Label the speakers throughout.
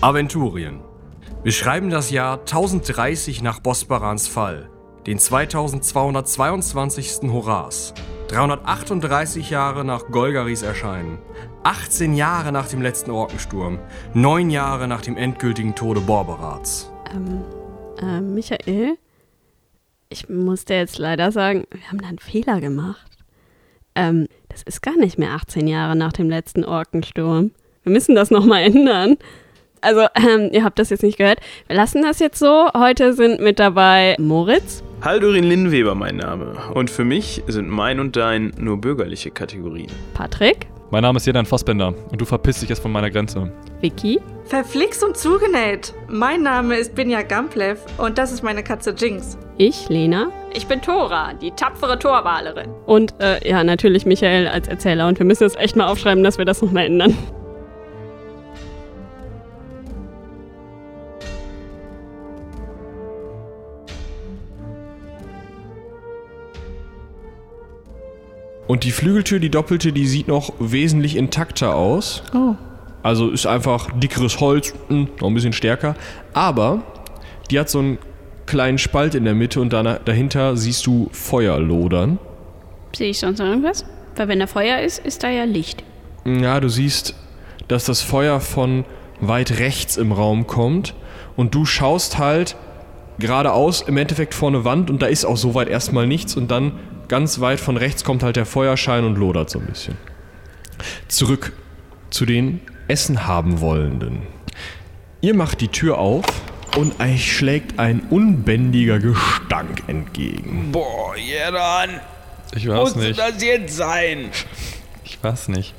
Speaker 1: Aventurien. Wir schreiben das Jahr 1030 nach Bosbarans Fall, den 2222. Horas, 338 Jahre nach Golgaris Erscheinen, 18 Jahre nach dem letzten Orkensturm, 9 Jahre nach dem endgültigen Tode Borberats.
Speaker 2: Ähm, äh, Michael, ich muss dir jetzt leider sagen, wir haben da einen Fehler gemacht. Ähm, das ist gar nicht mehr 18 Jahre nach dem letzten Orkensturm. Wir müssen das nochmal ändern. Also, ähm, ihr habt das jetzt nicht gehört. Wir lassen das jetzt so. Heute sind mit dabei Moritz.
Speaker 3: Haldurin Linnweber mein Name. Und für mich sind mein und dein nur bürgerliche Kategorien.
Speaker 2: Patrick.
Speaker 4: Mein Name ist Jedan Fassbender und du verpisst dich jetzt von meiner Grenze.
Speaker 2: Vicky.
Speaker 5: Verflixt und zugenäht. Mein Name ist Binja Gamplev und das ist meine Katze Jinx.
Speaker 2: Ich, Lena.
Speaker 6: Ich bin Tora, die tapfere Torwalerin.
Speaker 2: Und äh, ja, natürlich Michael als Erzähler. Und wir müssen das echt mal aufschreiben, dass wir das nochmal ändern.
Speaker 7: Und die Flügeltür, die doppelte, die sieht noch wesentlich intakter aus.
Speaker 2: Oh.
Speaker 7: Also ist einfach dickeres Holz, mh, noch ein bisschen stärker. Aber die hat so einen kleinen Spalt in der Mitte und dana- dahinter siehst du Feuer lodern.
Speaker 6: Sehe ich sonst noch irgendwas? Weil wenn da Feuer ist, ist da ja Licht.
Speaker 7: Ja, du siehst, dass das Feuer von weit rechts im Raum kommt und du schaust halt geradeaus im Endeffekt vor eine Wand und da ist auch soweit erstmal nichts und dann ganz weit von rechts kommt halt der Feuerschein und lodert so ein bisschen. Zurück zu den Essen haben wollenden. Ihr macht die Tür auf und euch schlägt ein unbändiger Gestank entgegen.
Speaker 8: Boah, Jedan,
Speaker 4: Ich weiß
Speaker 8: muss
Speaker 4: nicht.
Speaker 8: das jetzt sein?
Speaker 4: Ich weiß nicht.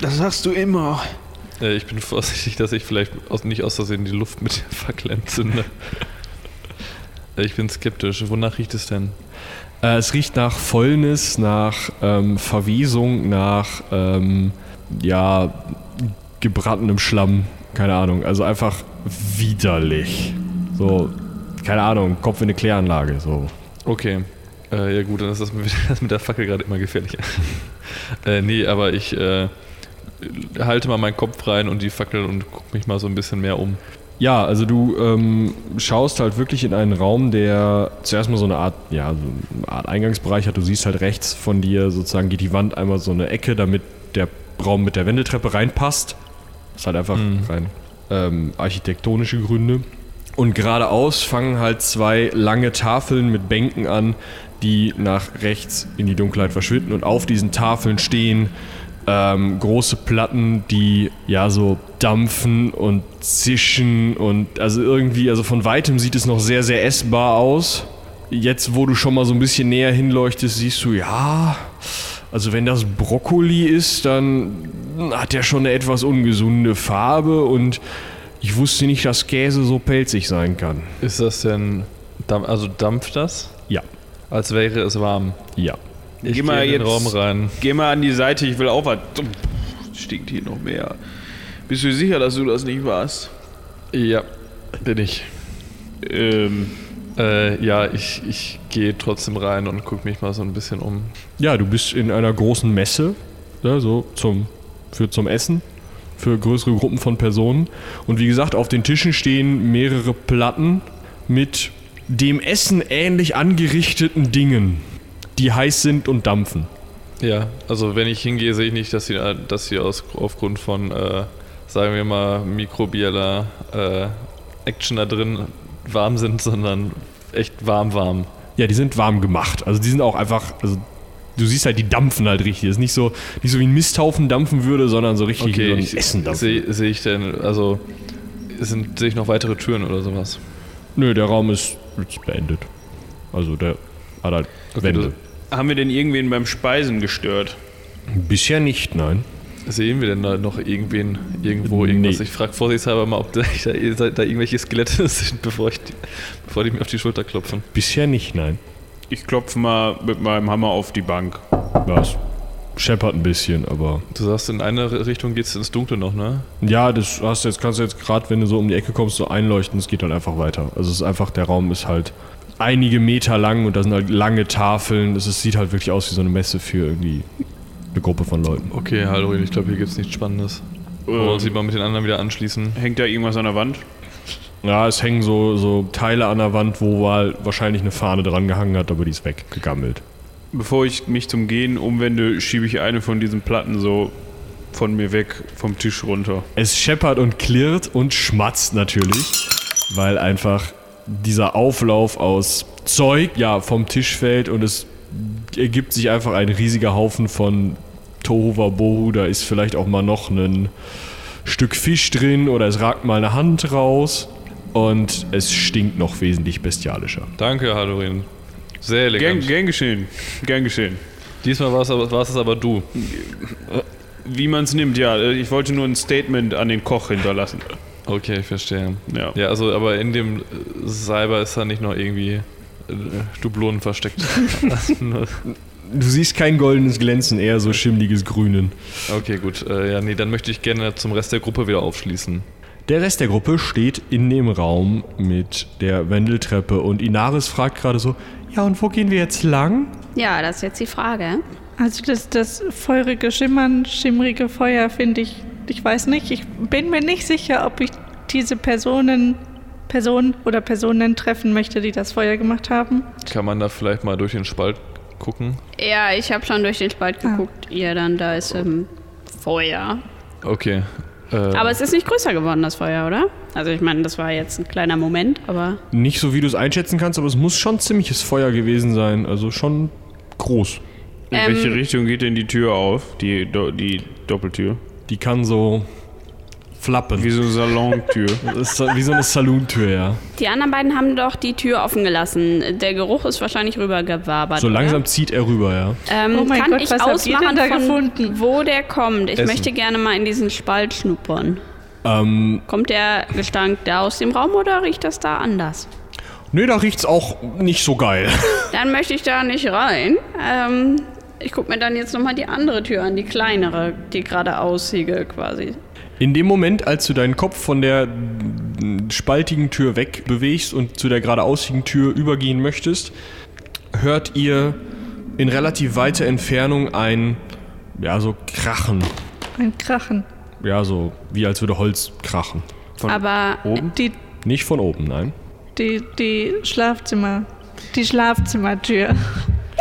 Speaker 3: Das sagst du immer.
Speaker 4: Äh, ich bin vorsichtig, dass ich vielleicht aus, nicht aus Versehen die Luft mit der Fackel entzünde. Äh, ich bin skeptisch. Wonach riecht es denn?
Speaker 7: Äh, es riecht nach Fäulnis, nach ähm, Verwesung, nach ähm, ja, gebratenem Schlamm. Keine Ahnung. Also einfach widerlich. So, keine Ahnung, Kopf in eine Kläranlage. So.
Speaker 4: Okay. Äh, ja gut, dann ist das mit, das mit der Fackel gerade immer gefährlich. äh, nee, aber ich äh, halte mal meinen Kopf rein und die Fackel und guck mich mal so ein bisschen mehr um.
Speaker 7: Ja, also du ähm, schaust halt wirklich in einen Raum, der zuerst mal so eine Art, ja, so eine Art Eingangsbereich hat. Du siehst halt rechts von dir sozusagen geht die Wand einmal so eine Ecke, damit der Raum mit der Wendeltreppe reinpasst. Ist halt einfach rein ähm, architektonische Gründe. Und geradeaus fangen halt zwei lange Tafeln mit Bänken an, die nach rechts in die Dunkelheit verschwinden. Und auf diesen Tafeln stehen ähm, große Platten, die ja so dampfen und zischen und also irgendwie, also von weitem sieht es noch sehr, sehr essbar aus. Jetzt, wo du schon mal so ein bisschen näher hinleuchtest, siehst du, ja, also wenn das Brokkoli ist, dann hat der schon eine etwas ungesunde Farbe und ich wusste nicht, dass Käse so pelzig sein kann.
Speaker 4: Ist das denn... Dampf, also dampft das?
Speaker 7: Ja,
Speaker 4: Als wäre es warm.
Speaker 7: ja.
Speaker 4: Ich
Speaker 3: Geh mal
Speaker 4: in den
Speaker 3: jetzt-
Speaker 4: Raum rein.
Speaker 3: Geh mal an die Seite, ich will auch was. Stinkt hier noch mehr. Bist du sicher, dass du das nicht warst?
Speaker 4: Ja, bin ich.
Speaker 3: Ähm,
Speaker 4: Äh, ja, ich, ich gehe trotzdem rein und gucke mich mal so ein bisschen um.
Speaker 7: Ja, du bist in einer großen Messe, ja, so zum, für zum Essen, für größere Gruppen von Personen. Und wie gesagt, auf den Tischen stehen mehrere Platten mit dem Essen ähnlich angerichteten Dingen, die heiß sind und dampfen.
Speaker 4: Ja, also wenn ich hingehe, sehe ich nicht, dass sie, äh, dass sie aus, aufgrund von, äh, sagen wir mal, mikrobieller äh, Action da drin warm sind, sondern echt warm, warm.
Speaker 7: Ja, die sind warm gemacht. Also die sind auch einfach, also du siehst halt, die dampfen halt richtig. Das ist nicht so, nicht so wie ein Misthaufen dampfen würde, sondern so richtig wie
Speaker 4: Okay,
Speaker 7: so ein
Speaker 4: ich,
Speaker 7: Essen dampfen.
Speaker 4: sehe sehe ich denn, also sind, sehe ich noch weitere Türen oder sowas?
Speaker 7: Nö, der Raum ist jetzt beendet. Also der hat halt Wände.
Speaker 3: haben wir denn irgendwen beim Speisen gestört?
Speaker 7: Bisher nicht, nein.
Speaker 4: Sehen wir denn da noch irgendwen, irgendwo, irgendwas?
Speaker 7: Nee.
Speaker 4: Ich frage vorsichtshalber mal, ob da, da, da irgendwelche Skelette sind, bevor, ich die, bevor die mir auf die Schulter klopfen.
Speaker 7: Bisher nicht, nein.
Speaker 3: Ich klopfe mal mit meinem Hammer auf die Bank.
Speaker 7: Was? Scheppert ein bisschen, aber.
Speaker 4: Du sagst, in eine Richtung geht's ins Dunkle noch, ne?
Speaker 7: Ja, das hast du jetzt, kannst du jetzt gerade, wenn du so um die Ecke kommst, so einleuchten, es geht halt einfach weiter. Also es ist einfach, der Raum ist halt einige Meter lang und da sind halt lange Tafeln. Es ist- sieht halt wirklich aus wie so eine Messe für irgendwie eine Gruppe von Leuten.
Speaker 4: Okay, Hallorin, ich glaube, hier gibt's nichts Spannendes. Wollen wir uns lieber mit den anderen wieder anschließen?
Speaker 8: Hängt da irgendwas an der Wand?
Speaker 7: Ja, es hängen so, so Teile an der Wand, wo mal wahrscheinlich eine Fahne dran gehangen hat, aber die ist weggegammelt.
Speaker 8: Bevor ich mich zum Gehen umwende, schiebe ich eine von diesen Platten so von mir weg, vom Tisch runter.
Speaker 7: Es scheppert und klirrt und schmatzt natürlich, weil einfach dieser Auflauf aus Zeug ja vom Tisch fällt und es ergibt sich einfach ein riesiger Haufen von Tohuwa Bohu. Da ist vielleicht auch mal noch ein Stück Fisch drin oder es ragt mal eine Hand raus und es stinkt noch wesentlich bestialischer.
Speaker 4: Danke, Halorin. Sehr
Speaker 8: Gern,
Speaker 4: elegant.
Speaker 8: gern geschehen, gern geschehen.
Speaker 4: Diesmal war es aber, war's es aber du.
Speaker 8: Wie man es nimmt, ja. Ich wollte nur ein Statement an den Koch hinterlassen.
Speaker 4: Okay, ich verstehe.
Speaker 8: Ja.
Speaker 4: Ja, also, aber in dem äh, Cyber ist da nicht noch irgendwie äh, Dublonen versteckt. Also
Speaker 7: Du siehst kein goldenes Glänzen, eher so schimmliges Grünen.
Speaker 4: okay, gut. Äh, ja, nee, dann möchte ich gerne zum Rest der Gruppe wieder aufschließen.
Speaker 7: Der Rest der Gruppe steht in dem Raum mit der Wendeltreppe und Inaris fragt gerade so, ja und wo gehen wir jetzt lang?
Speaker 2: Ja, das ist jetzt die Frage.
Speaker 5: Also das, das feurige Schimmern, schimmrige Feuer finde ich, ich weiß nicht, ich bin mir nicht sicher, ob ich diese Personen, Personen oder Personen treffen möchte, die das Feuer gemacht haben.
Speaker 4: Kann man da vielleicht mal durch den Spalt gucken?
Speaker 2: Ja, ich habe schon durch den Spalt
Speaker 5: Ah.
Speaker 2: geguckt. Ja, dann da ist ähm, Feuer.
Speaker 4: Okay. Äh,
Speaker 2: Aber es ist nicht größer geworden, das Feuer, oder? Also ich meine, das war jetzt ein kleiner Moment, aber
Speaker 7: Nicht so wie du es einschätzen kannst, aber es muss schon ziemliches Feuer gewesen sein, also schon groß.
Speaker 8: In
Speaker 2: Ähm.
Speaker 8: welche Richtung geht denn die Tür auf? Die, Do- die Doppeltür?
Speaker 7: Die kann so flappen.
Speaker 8: Wie
Speaker 7: Wie,
Speaker 8: so eine Salontür.
Speaker 7: das ist wie so eine Salontür, ja.
Speaker 2: die anderen beiden haben doch die Tür offen gelassen. Der Geruch ist wahrscheinlich rübergewabert.
Speaker 7: So langsam zieht er rüber, ja.
Speaker 8: Äh.
Speaker 2: Ähm,
Speaker 5: Oh mein
Speaker 2: kann
Speaker 5: Gott,
Speaker 2: ich
Speaker 5: was habt ihr
Speaker 2: ausmachen,
Speaker 5: denn da
Speaker 2: von
Speaker 5: gefunden?
Speaker 2: wo der kommt? Ich
Speaker 4: Essen.
Speaker 2: möchte gerne mal in diesen Spalt schnuppern.
Speaker 7: Ähm,
Speaker 2: Kommt der Gestank da aus dem Raum oder riecht das da anders?
Speaker 7: nö, da riecht's auch nicht so geil.
Speaker 2: Dann möchte ich da nicht rein. Ähm, ich gucke mir dann jetzt nochmal die andere Tür an, die kleinere, die gerade aussiege quasi.
Speaker 7: In dem Moment, als du deinen Kopf von der mm, spaltigen Tür wegbewegst und zu der geradeausigen Tür übergehen möchtest, hört ihr in relativ weiter Entfernung ein, ja, so Krachen.
Speaker 5: Ein Krachen.
Speaker 7: Ja, so wie als würde Holz krachen.
Speaker 2: Aber
Speaker 5: Die,
Speaker 7: Nicht von oben, nein.
Speaker 5: die, die Schlafzimmer, die Schlafzimmertür.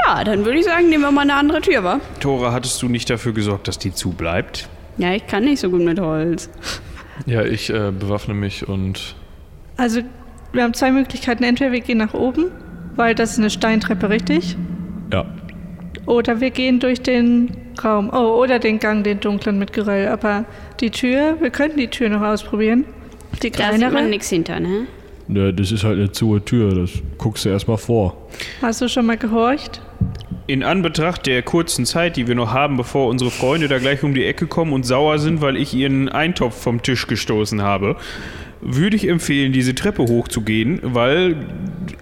Speaker 2: ja, dann würde ich sagen, nehmen wir mal eine andere Tür, wa?
Speaker 8: Tora, hattest du nicht dafür gesorgt, dass die zubleibt?
Speaker 2: Ja, ich kann nicht so gut mit Holz.
Speaker 4: ja, ich äh, bewaffne mich und.
Speaker 5: Also wir haben zwei Möglichkeiten. Entweder wir gehen nach oben, weil das ist eine Steintreppe, richtig?
Speaker 7: Ja.
Speaker 5: Oder wir gehen durch den Raum. Oh, oder den Gang, den dunklen mit Geröll. Aber die Tür, wir könnten die Tür noch ausprobieren. Die
Speaker 2: Da sieht man
Speaker 5: kleinere.
Speaker 2: nichts hinter, ne?
Speaker 7: ja. Das ist halt eine zuhe Tür, das guckst du erstmal vor.
Speaker 5: Hast du schon mal gehorcht?
Speaker 8: In Anbetracht der kurzen Zeit, die wir noch haben, bevor unsere Freunde da gleich um die Ecke kommen und sauer sind, weil ich ihren Eintopf vom Tisch gestoßen habe, würde ich empfehlen, diese Treppe hochzugehen, weil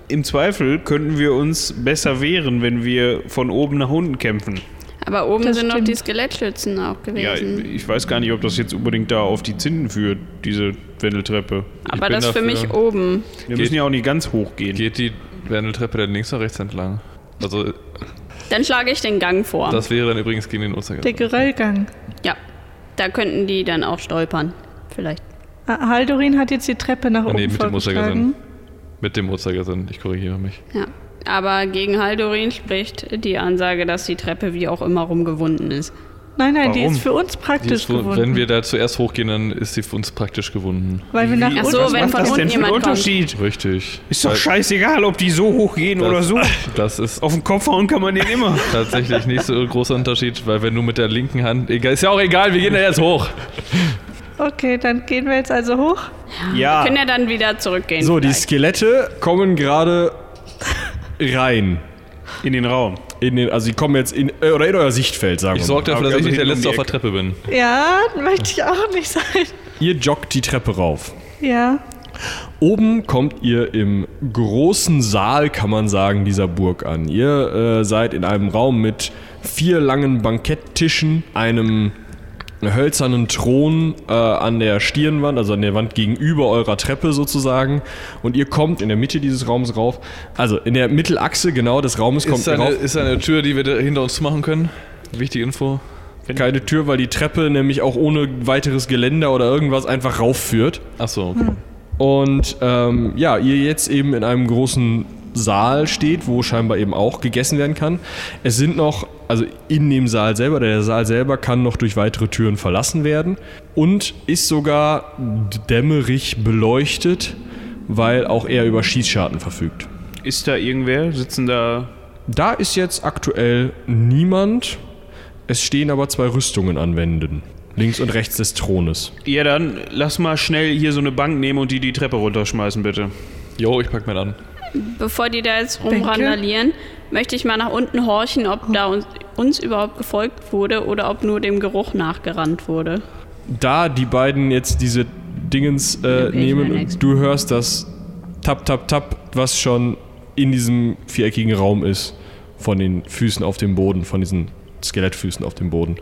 Speaker 8: im Zweifel könnten wir uns besser wehren, wenn wir von oben nach unten kämpfen.
Speaker 2: Aber oben
Speaker 5: Das
Speaker 2: sind noch
Speaker 5: stimmt.
Speaker 2: die Skelettschützen auch
Speaker 8: Ja,
Speaker 2: gewesen.
Speaker 8: ich weiß gar nicht, ob das jetzt unbedingt da auf die Zinnen führt, diese Wendeltreppe.
Speaker 2: Aber
Speaker 4: bin
Speaker 2: das für
Speaker 4: dafür.
Speaker 2: mich oben.
Speaker 8: Wir müssen ja auch nicht ganz hoch gehen.
Speaker 4: Geht die Wendeltreppe dann links oder rechts entlang? Also,
Speaker 2: Dann schlage ich den Gang vor.
Speaker 4: das wäre dann übrigens gegen den Ostergang.
Speaker 5: Der Geröllgang.
Speaker 2: ja, da könnten die dann auch stolpern. Vielleicht.
Speaker 5: Ah, Haldorin hat jetzt die Treppe nach
Speaker 4: Ah,
Speaker 5: oben
Speaker 4: nee, mit dem
Speaker 5: vorgeschlagen.
Speaker 4: Uhrzeigersinn. Mit dem Uhrzeigersinn, ich korrigiere mich.
Speaker 2: Ja. Aber gegen Haldorin spricht die Ansage, dass die Treppe wie auch immer rumgewunden ist.
Speaker 5: Nein, nein, die
Speaker 8: Warum?
Speaker 5: ist für uns
Speaker 4: Die
Speaker 5: praktisch
Speaker 4: ist, wo-
Speaker 5: geworden.
Speaker 4: wenn wir da zuerst hochgehen, dann ist sie für uns praktisch gewunden.
Speaker 5: weil wir nach
Speaker 2: Ach
Speaker 5: unten
Speaker 2: so, wenn
Speaker 8: Was
Speaker 2: von
Speaker 8: macht das
Speaker 2: unten
Speaker 8: denn für einen
Speaker 2: jemand kommt.
Speaker 8: Unterschied?
Speaker 4: Richtig.
Speaker 8: Ist doch scheißegal, ob die so hoch gehen
Speaker 4: Äh, Das-
Speaker 8: oder so.
Speaker 4: Das ist
Speaker 8: Auf den Kopf hauen kann man den immer.
Speaker 4: tatsächlich nicht so ein großer Unterschied, weil wenn du mit der linken Hand. Egal, ist ja auch egal, wir gehen da jetzt hoch.
Speaker 5: Okay, dann gehen wir jetzt also hoch.
Speaker 8: Ja.
Speaker 2: Können ja dann wieder zurückgehen.
Speaker 7: So, die
Speaker 2: vielleicht.
Speaker 7: Skelette kommen gerade rein.
Speaker 8: In den Raum.
Speaker 7: In den, also sie kommen jetzt in, äh, oder in euer Sichtfeld, sagen
Speaker 4: Ich
Speaker 7: wir mal.
Speaker 4: sorge dafür, dass ich nicht der
Speaker 8: Also
Speaker 4: Letzte auf
Speaker 8: hinten um die
Speaker 4: der Treppe bin.
Speaker 5: Ja, möchte ich auch nicht sein.
Speaker 7: Ihr joggt die Treppe rauf.
Speaker 5: Ja,
Speaker 7: Oben kommt ihr im großen Saal, kann man sagen, dieser Burg an. Ihr äh, seid in einem Raum mit vier langen Banketttischen, einem hölzernen Thron äh, an der Stirnwand, also an der Wand gegenüber eurer Treppe sozusagen. Und ihr kommt in der Mitte dieses Raums rauf. Also in der Mittelachse genau des Raumes kommt
Speaker 4: Ist da
Speaker 7: ihr
Speaker 4: eine,
Speaker 7: rauf.
Speaker 4: ist da eine Tür, die wir da hinter uns machen können? Wichtige Info.
Speaker 7: keine Tür, weil die Treppe nämlich auch ohne weiteres Geländer oder irgendwas einfach raufführt.
Speaker 4: Achso, okay.
Speaker 7: Und ähm, ja, ihr jetzt eben in einem großen Saal steht, wo scheinbar eben auch gegessen werden kann. Es sind noch, also in dem Saal selber, der Saal selber kann noch durch weitere Türen verlassen werden und ist sogar dämmerig beleuchtet, weil auch er über Schießscharten verfügt.
Speaker 8: Ist da irgendwer? Sitzen da.
Speaker 7: Da ist jetzt aktuell niemand. Es stehen aber zwei Rüstungen an Wänden. Links und rechts des Thrones.
Speaker 8: Ja, dann lass mal schnell hier so eine Bank nehmen und die die Treppe runterschmeißen, bitte.
Speaker 4: Jo, ich pack mir an.
Speaker 2: Bevor die da jetzt rumrandalieren, möchte ich mal nach unten horchen, ob da uns, uns überhaupt gefolgt wurde oder ob nur dem Geruch nachgerannt wurde.
Speaker 7: da die beiden jetzt diese Dingens äh,
Speaker 2: bin ich
Speaker 7: nehmen
Speaker 2: mein
Speaker 7: und
Speaker 2: Expert.
Speaker 7: du hörst das Tap, Tap, Tap, was schon in diesem viereckigen Raum ist, von den Füßen auf dem Boden, von diesen Skelettfüßen auf dem Boden.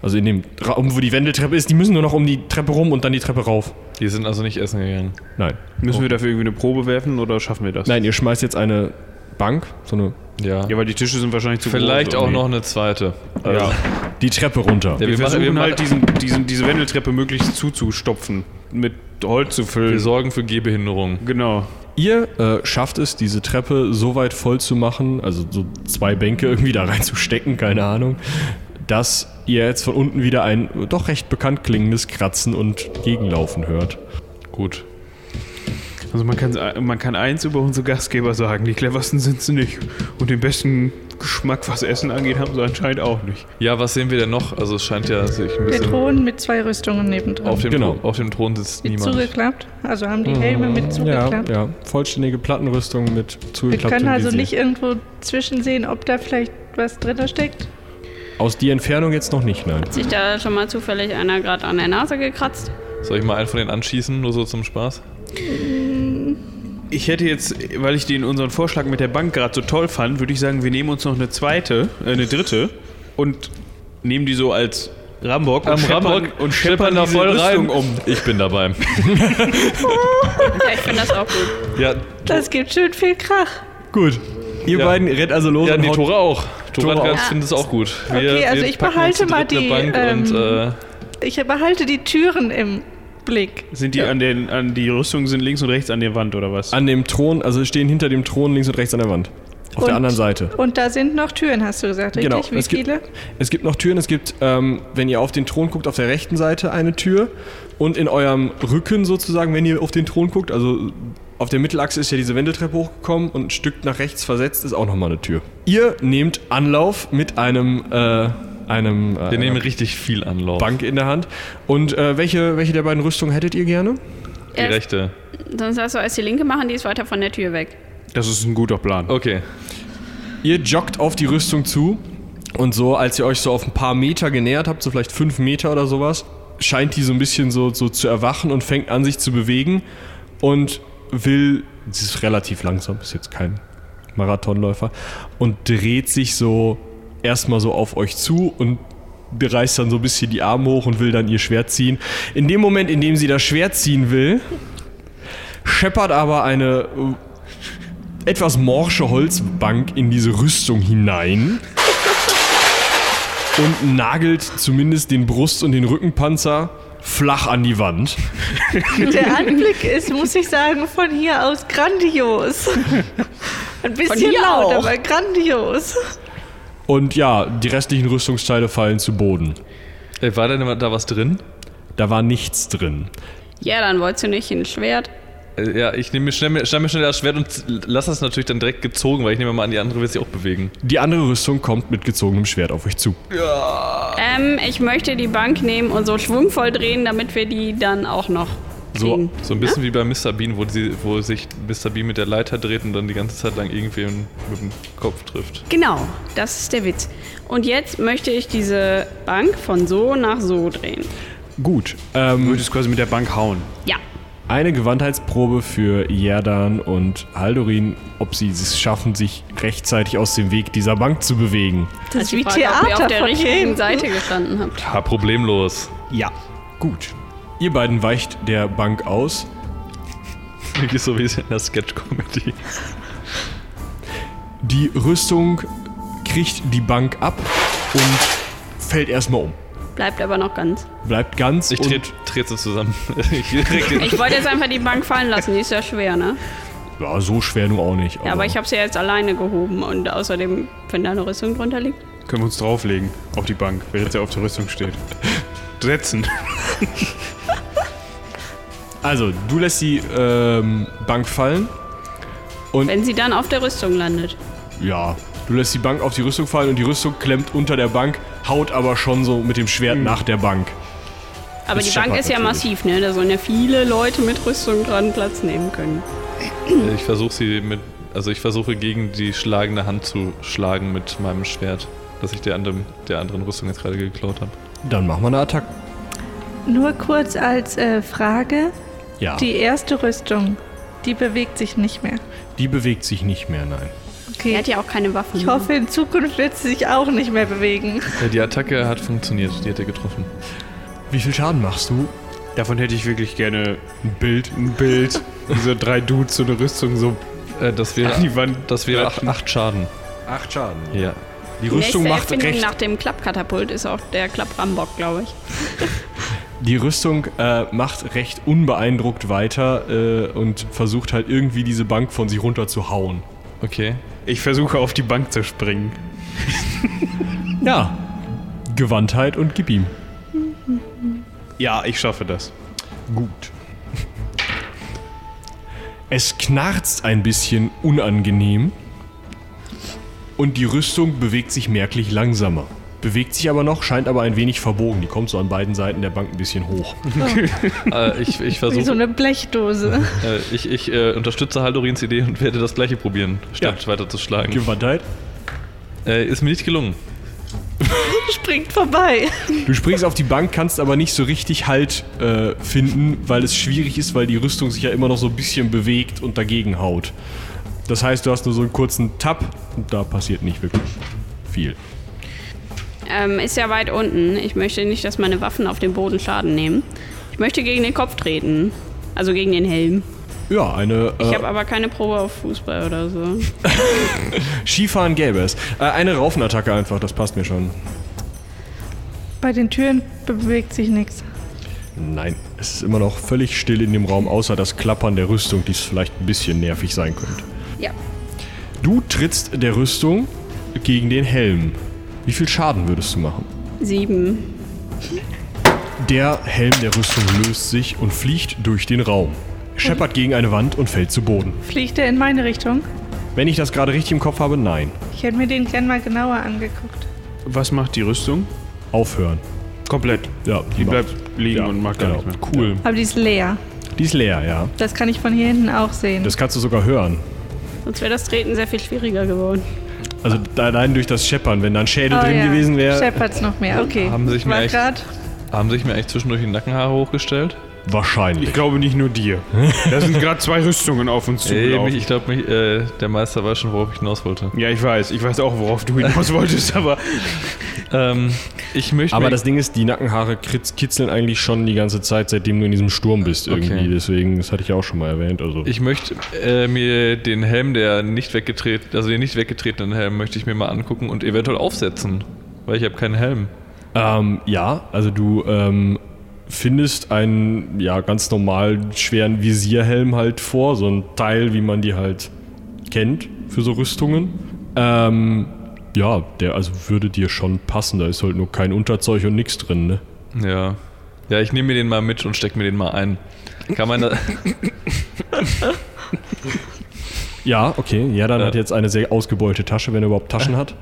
Speaker 7: Also in dem Raum, wo die Wendeltreppe ist, die müssen nur noch um die Treppe rum und dann die Treppe rauf.
Speaker 4: Die sind also nicht essen gegangen.
Speaker 7: Nein.
Speaker 8: Müssen wir dafür irgendwie eine Probe werfen oder schaffen wir das?
Speaker 7: Nein, ihr schmeißt jetzt eine Bank, so eine,
Speaker 4: Ja.
Speaker 8: Ja, weil die Tische sind wahrscheinlich zu
Speaker 4: Vielleicht
Speaker 8: groß.
Speaker 4: auch
Speaker 8: irgendwie.
Speaker 4: noch eine zweite. Also,
Speaker 7: die Treppe runter.
Speaker 4: Ja,
Speaker 8: Wir,
Speaker 4: machen-
Speaker 8: versuchen halt
Speaker 4: machen-
Speaker 8: diesen, diesen, diese Wendeltreppe möglichst zuzustopfen. Mit Holz zu füllen.
Speaker 4: wir sorgen für Gehbehinderung.
Speaker 8: Genau.
Speaker 7: Ihr äh, schafft es, diese Treppe so weit voll zu machen, also so zwei Bänke irgendwie da reinzustecken, keine Ahnung, dass ihr jetzt von unten wieder ein doch recht bekannt klingendes Kratzen und Gegenlaufen hört.
Speaker 4: Gut.
Speaker 8: Also man kann, man kann eins über unsere Gastgeber sagen, die cleversten sind sie nicht. Und den besten Geschmack, was Essen angeht, haben sie anscheinend auch nicht.
Speaker 4: Ja, was sehen wir denn noch? Also es scheint ja sich ein
Speaker 5: Der
Speaker 4: bisschen...
Speaker 5: Thron mit zwei Rüstungen nebendran.
Speaker 4: Also- Auf dem,
Speaker 7: Genau.
Speaker 4: auf dem Thron sitzt
Speaker 5: mit
Speaker 4: niemand.
Speaker 5: zugeklappt. Also haben die Helme mit zugeklappt.
Speaker 7: ja. Vollständige Plattenrüstung mit
Speaker 5: Wir
Speaker 7: zugeklapptem
Speaker 5: können also
Speaker 7: Visier.
Speaker 5: nicht irgendwo zwischensehen, ob da vielleicht was drin steckt.
Speaker 7: Aus die Entfernung jetzt noch nicht, nein.
Speaker 2: Hat sich da schon mal zufällig einer gerade an der Nase gekratzt?
Speaker 4: Soll ich mal einen von denen anschießen, nur so zum Spaß?
Speaker 8: Ich hätte jetzt, weil ich den unseren Vorschlag mit der Bank gerade so toll fand, würde ich sagen, wir nehmen uns noch eine zweite, äh, eine dritte und nehmen die so als Rambock und scheppern, und scheppern diese Rüstung um.
Speaker 4: Ich bin dabei.
Speaker 2: Ja, ich finde das auch gut.
Speaker 4: ja,
Speaker 5: Das gibt schön viel Krach.
Speaker 7: Gut. Ihr
Speaker 4: Ja.
Speaker 7: beiden rennt also los
Speaker 4: ja
Speaker 7: und
Speaker 4: die
Speaker 7: haut-
Speaker 4: Tore auch. Tore
Speaker 7: Tore
Speaker 4: hat
Speaker 7: auch.
Speaker 4: ganz findet es auch gut.
Speaker 5: Okay, also ich
Speaker 4: packen uns
Speaker 5: behalte mal
Speaker 4: dritt eine
Speaker 5: die,
Speaker 4: Bank und, äh,
Speaker 5: ähm, Ich behalte die Türen im Blick.
Speaker 8: Sind die an den, an die Rüstung sind links und rechts an der Wand oder was?
Speaker 7: an dem Thron, also stehen hinter dem Thron links und rechts an der Wand. Auf der
Speaker 5: Und-
Speaker 7: anderen Seite.
Speaker 5: Und da sind noch Türen, hast du gesagt, richtig?
Speaker 2: Genau,
Speaker 5: Wie
Speaker 7: Genau. es gibt,
Speaker 5: viele?
Speaker 7: Es gibt noch Türen. Es gibt, ähm, wenn ihr auf den Thron guckt, auf der rechten Seite eine Tür. Und in eurem Rücken sozusagen, wenn ihr auf den Thron guckt, also auf der Mittelachse ist ja diese Wendeltreppe hochgekommen und ein Stück nach rechts versetzt ist auch nochmal eine Tür. Ihr nehmt Anlauf mit einem, äh, einem äh,
Speaker 4: wir nehmen
Speaker 7: einer
Speaker 4: richtig viel Anlauf.
Speaker 7: Bank in der Hand. Und äh, welche, welche der beiden Rüstungen hättet ihr gerne?
Speaker 4: Die
Speaker 2: Ja,
Speaker 4: rechte.
Speaker 2: Sonst hast du als die Linke machen, die ist weiter von der Tür weg.
Speaker 8: Das ist ein guter Plan.
Speaker 4: Okay.
Speaker 7: Ihr joggt auf die Rüstung zu und so, als ihr euch so auf ein paar Meter genähert habt, so vielleicht fünf Meter oder sowas, scheint die so ein bisschen so, so zu erwachen und fängt an, sich zu bewegen und will, sie ist relativ langsam, ist jetzt kein Marathonläufer, und dreht sich so erstmal so auf euch zu und reißt dann so ein bisschen die Arme hoch und will dann ihr Schwert ziehen. In dem Moment, in dem sie das Schwert ziehen will, scheppert aber eine äh, etwas morsche Holzbank in diese Rüstung hinein und nagelt zumindest den Brust- und den Rückenpanzer flach an die Wand.
Speaker 5: Der Anblick ist, muss ich sagen, von hier aus grandios. Ein bisschen
Speaker 2: hier
Speaker 5: laut,
Speaker 2: auch.
Speaker 5: aber grandios.
Speaker 7: Und ja, die restlichen Rüstungsteile fallen zu Boden.
Speaker 4: Äh, war denn da was drin?
Speaker 7: Da war nichts drin.
Speaker 2: Ja, dann wolltest du nicht ein Schwert.
Speaker 4: Äh, ja, ich nehme mir schnell, schnell, mir schnell das Schwert und z- lass das natürlich dann direkt gezogen, weil ich nehme mal an, die andere wird sich auch bewegen.
Speaker 7: Die andere Rüstung kommt mit gezogenem Schwert auf euch zu.
Speaker 2: Ähm, ich möchte die Bank nehmen und so schwungvoll drehen, damit wir die dann auch noch
Speaker 4: So,
Speaker 2: kriegen.
Speaker 4: so ein bisschen wie bei Mr. Bean, wo, die, wo sich Mr. Bean mit der Leiter dreht und dann die ganze Zeit lang irgendwen mit dem Kopf trifft.
Speaker 2: Genau, das ist der Witz. Und jetzt möchte ich diese Bank von so nach so drehen.
Speaker 7: Gut. Ähm,
Speaker 8: Würdest quasi mit der Bank hauen.
Speaker 2: Ja.
Speaker 7: Eine Gewandheitsprobe für Jerdan und Haldorin, ob sie es schaffen, sich rechtzeitig aus dem Weg dieser Bank zu bewegen.
Speaker 5: Das ist
Speaker 2: Also die
Speaker 5: wie
Speaker 2: Frage, Ob ihr auf
Speaker 5: Theater
Speaker 2: der
Speaker 5: von
Speaker 2: richtigen
Speaker 5: hinten.
Speaker 2: Seite gestanden habt.
Speaker 4: Ha, problemlos.
Speaker 7: Ja. Gut. Ihr beiden weicht der Bank aus.
Speaker 4: Wirklich so wie es in der Sketch-Comedy.
Speaker 7: Die Rüstung kriegt die Bank ab und fällt erstmal um.
Speaker 2: Bleibt aber noch ganz.
Speaker 7: Bleibt ganz.
Speaker 4: Ich
Speaker 7: und-
Speaker 4: trete tret so zusammen. ich krieg den
Speaker 2: Ich wollte jetzt einfach die Bank fallen lassen, die ist ja schwer, ne?
Speaker 7: ja, so schwer nun auch nicht.
Speaker 2: Ja, aber ich habe sie ja jetzt alleine gehoben und außerdem, wenn da eine Rüstung drunter liegt.
Speaker 8: Können wir uns drauflegen auf die Bank, während er auf der Rüstung steht. Setzen.
Speaker 7: Also, du lässt die ähm, Bank fallen.
Speaker 2: Wenn sie dann auf der Rüstung landet.
Speaker 7: Ja. Du lässt die Bank auf die Rüstung fallen und die Rüstung klemmt unter der Bank, haut aber schon so mit dem Schwert
Speaker 8: Hm.
Speaker 7: nach der Bank.
Speaker 2: Aber
Speaker 7: Das
Speaker 2: die Bank
Speaker 7: scheppert
Speaker 2: ist ja
Speaker 7: natürlich.
Speaker 2: massiv, ne? Da sollen ja viele Leute mit Rüstung dran Platz nehmen können.
Speaker 4: Äh, Ich versuche sie mit. Also ich versuche gegen die schlagende Hand zu schlagen mit meinem Schwert, das ich der anderen, der anderen Rüstung jetzt gerade geklaut habe.
Speaker 7: Dann machen wir eine Attacke.
Speaker 5: Nur kurz als äh, Frage.
Speaker 7: Ja.
Speaker 5: Die erste Rüstung, die bewegt sich nicht mehr.
Speaker 7: die bewegt sich nicht mehr, nein.
Speaker 2: Er
Speaker 5: Okay.
Speaker 2: hat ja auch keine Waffen.
Speaker 5: Ich hoffe, in Zukunft wird sie sich auch nicht mehr bewegen.
Speaker 4: Ja, Äh, die Attacke hat funktioniert, die hat er getroffen.
Speaker 7: Wie viel Schaden machst du?
Speaker 8: Davon hätte ich wirklich gerne ein Bild. Ein Bild. Diese drei Dudes, so eine Rüstung, so
Speaker 4: Äh, das wäre,
Speaker 8: an die Wand.
Speaker 4: das wäre ach, acht Schaden.
Speaker 7: Acht Schaden.
Speaker 4: Ja.
Speaker 7: Die
Speaker 2: Die nächste
Speaker 7: Rüstung macht
Speaker 2: Erfindung
Speaker 7: recht.
Speaker 2: nach dem Klappkatapult ist auch der Klapprambok, glaube ich.
Speaker 7: Die Rüstung äh, macht recht unbeeindruckt weiter äh, und versucht halt irgendwie diese Bank von sich runter zu hauen.
Speaker 4: Okay.
Speaker 8: Ich versuche auf die Bank zu springen.
Speaker 7: Ja. Gewandtheit und gib ihm.
Speaker 8: Ja, ich schaffe das.
Speaker 7: Gut. Es knarzt ein bisschen unangenehm und die Rüstung bewegt sich merklich langsamer. Bewegt sich aber noch, scheint aber ein wenig verbogen. Die kommt so an beiden Seiten der Bank ein bisschen hoch.
Speaker 4: Äh, ich ich
Speaker 5: Wie so
Speaker 4: versuche.
Speaker 5: eine Blechdose.
Speaker 4: Äh, ich ich äh, unterstütze Haldorins Idee und werde das gleiche probieren, statt weiterzuschlagen.
Speaker 7: Gewandtheit?
Speaker 4: Äh, ist mir nicht gelungen.
Speaker 5: Springt vorbei.
Speaker 7: Du springst auf die Bank, kannst aber nicht so richtig Halt äh, finden, weil es schwierig ist, weil die Rüstung sich ja immer noch so ein bisschen bewegt und dagegen haut. Das heißt, du hast nur so einen kurzen Tap und da passiert nicht wirklich viel.
Speaker 2: Ähm, ist ja weit unten. Ich möchte nicht, dass meine Waffen auf dem Boden Schaden nehmen. Ich möchte gegen den Kopf treten. Also gegen den Helm.
Speaker 7: Ja, eine.
Speaker 2: Ich
Speaker 7: äh,
Speaker 2: habe aber keine Probe auf Fußball oder so.
Speaker 7: Skifahren gäbe es. Äh, eine Raufenattacke einfach, das passt mir schon.
Speaker 5: Bei den Türen bewegt sich nichts.
Speaker 7: Nein, es ist immer noch völlig still in dem Raum, außer das Klappern der Rüstung, die es vielleicht ein bisschen nervig sein könnte.
Speaker 2: Ja.
Speaker 7: Du trittst der Rüstung gegen den Helm. Wie viel Schaden würdest du machen?
Speaker 2: Sieben.
Speaker 7: Der Helm der Rüstung löst sich und fliegt durch den Raum. Scheppert gegen eine Wand und fällt zu Boden.
Speaker 5: Fliegt er in meine Richtung?
Speaker 7: Wenn ich das gerade richtig im Kopf habe, nein.
Speaker 5: Ich hätte mir den gern mal genauer angeguckt.
Speaker 8: Was macht die Rüstung?
Speaker 7: Aufhören.
Speaker 8: Komplett.
Speaker 7: Ja,
Speaker 8: Die
Speaker 7: macht-
Speaker 8: bleibt liegen
Speaker 7: ja, genau.
Speaker 8: und macht gar nichts mehr.
Speaker 7: Cool.
Speaker 5: Aber die ist leer.
Speaker 7: Die ist leer, ja.
Speaker 5: Das kann ich von hier hinten auch sehen.
Speaker 7: Das kannst du sogar hören.
Speaker 2: Sonst wäre das Treten sehr viel schwieriger geworden.
Speaker 7: Also allein durch das Scheppern, wenn da ein Schädel
Speaker 5: Oh
Speaker 7: drin
Speaker 5: ja,
Speaker 7: gewesen wäre.
Speaker 5: Scheppert's noch mehr, okay.
Speaker 4: Haben sich mir
Speaker 5: War
Speaker 4: echt-
Speaker 5: grad
Speaker 4: Haben sich mir eigentlich zwischendurch die Nackenhaare hochgestellt?
Speaker 7: Wahrscheinlich.
Speaker 8: Ich glaube nicht nur dir. Da sind gerade zwei Rüstungen auf uns
Speaker 4: Ey, mich,
Speaker 8: zugelaufen.
Speaker 4: ich glaube, mich, äh, der Meister weiß schon, worauf ich hinaus wollte.
Speaker 8: ja, ich weiß. Ich weiß auch, worauf du hinaus wolltest, aber
Speaker 4: Ähm, ich möchte.
Speaker 7: Aber
Speaker 4: mir-
Speaker 7: das Ding ist, die Nackenhaare kritz- kitzeln eigentlich schon die ganze Zeit, seitdem du in diesem Sturm bist irgendwie.
Speaker 4: Okay.
Speaker 7: Deswegen, das hatte ich ja auch schon mal erwähnt. Also
Speaker 4: Ich möchte äh, mir den Helm, der nicht weggetreten, also den nicht weggetretenen Helm, möchte ich mir mal angucken und eventuell aufsetzen, weil ich habe keinen Helm.
Speaker 7: ähm, ja, also du ähm, findest einen ja ganz normalen schweren Visierhelm halt vor, so ein Teil, wie man die halt kennt für so Rüstungen. Ähm, ja, der also würde dir schon passen. Da ist halt nur kein Unterzeug und nichts drin. Ne?
Speaker 4: Ja. Ja, ich nehme mir den mal mit und stecke mir den mal ein. Kann man da,
Speaker 7: Ja, okay. Ja, dann
Speaker 4: Ja.
Speaker 7: hat jetzt eine sehr ausgebeulte Tasche, wenn er überhaupt Taschen hat.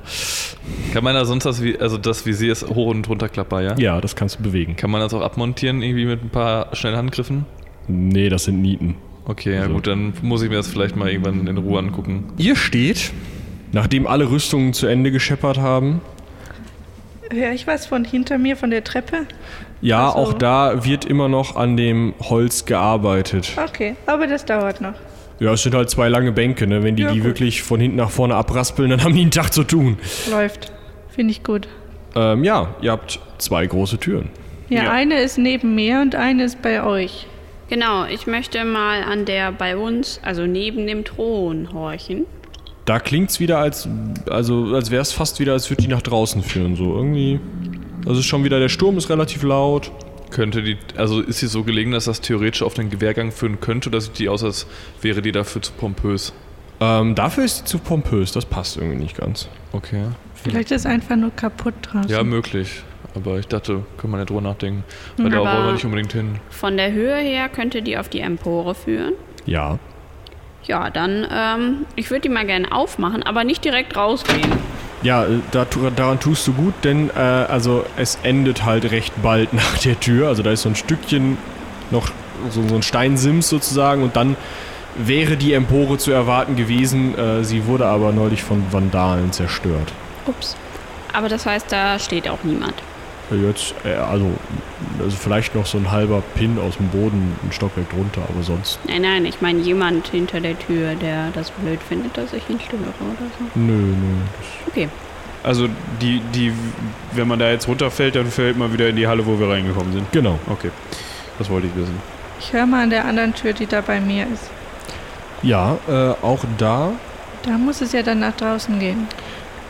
Speaker 4: kann man da sonst das, Vi- also das Visier ist hoch und runter klappbar, ja?
Speaker 7: Ja, das kannst du bewegen.
Speaker 4: Kann man das auch abmontieren irgendwie mit ein paar schnellen Handgriffen?
Speaker 7: Nee, das sind Nieten.
Speaker 4: Okay, ja
Speaker 7: Also-
Speaker 4: gut, dann muss ich mir das vielleicht mal irgendwann in Ruhe angucken.
Speaker 7: Ihr steht, nachdem alle Rüstungen zu Ende gescheppert haben.
Speaker 5: Höre ich was von hinter mir, von der Treppe?
Speaker 7: Ja,
Speaker 5: Ach so.
Speaker 7: auch da wird immer noch an dem Holz gearbeitet.
Speaker 5: Okay, aber das dauert noch.
Speaker 7: Ja, es sind halt zwei lange Bänke, ne? Wenn die
Speaker 5: Ja,
Speaker 7: die
Speaker 5: gut.
Speaker 7: wirklich von hinten nach vorne abraspeln, dann haben die einen Tag zu tun.
Speaker 5: Läuft. Finde ich gut.
Speaker 7: Ähm, ja, ihr habt zwei große Türen.
Speaker 5: Ja,
Speaker 8: Ja.
Speaker 5: eine ist neben mir und eine ist bei euch.
Speaker 2: Genau, ich möchte mal an der bei uns, also neben dem Thron, horchen.
Speaker 7: Da klingt's wieder, als, also, als wäre es fast wieder, als würde die nach draußen führen. So irgendwie. Das ist schon wieder, der Sturm ist relativ laut.
Speaker 4: Könnte die, also ist sie so gelegen, dass das theoretisch auf den Gewehrgang führen könnte, dass sieht die aus, als wäre die dafür zu pompös.
Speaker 7: Ähm, dafür ist sie zu pompös, das passt irgendwie nicht ganz.
Speaker 4: Okay.
Speaker 5: Vielleicht ist einfach nur kaputt draußen.
Speaker 4: Ja, möglich. Aber ich dachte, können wir nicht drüber nachdenken.
Speaker 5: Mhm,
Speaker 4: Weil da
Speaker 2: Aber-
Speaker 4: wollen wir nicht unbedingt hin.
Speaker 2: Von der Höhe her könnte die auf die Empore führen.
Speaker 7: Ja.
Speaker 2: Ja, dann, ähm, ich würde die mal gerne aufmachen, aber nicht direkt rausgehen.
Speaker 7: Ja, äh, da, tu- daran tust du gut, denn äh, also es endet halt recht bald nach der Tür. Also da ist so ein Stückchen noch so, so ein Steinsims sozusagen und dann wäre die Empore zu erwarten gewesen. Äh, sie wurde aber neulich von Vandalen zerstört.
Speaker 2: Ups. Aber das heißt, da steht auch niemand.
Speaker 7: Jetzt, äh, also, also vielleicht noch so ein halber Pin aus dem Boden, ein Stockwerk drunter, aber sonst
Speaker 2: Nein, nein, ich meine jemand hinter der Tür, der das blöd findet, dass ich ihn störe oder so.
Speaker 7: nö, nö.
Speaker 8: Also die, die, wenn man da jetzt runterfällt, dann fällt man wieder in die Halle, wo wir reingekommen sind.
Speaker 7: Genau.
Speaker 8: Okay. Das wollte ich wissen.
Speaker 5: Ich höre mal an der anderen Tür, die da bei mir ist.
Speaker 7: Ja, äh, auch da
Speaker 5: Da muss es ja dann nach draußen gehen.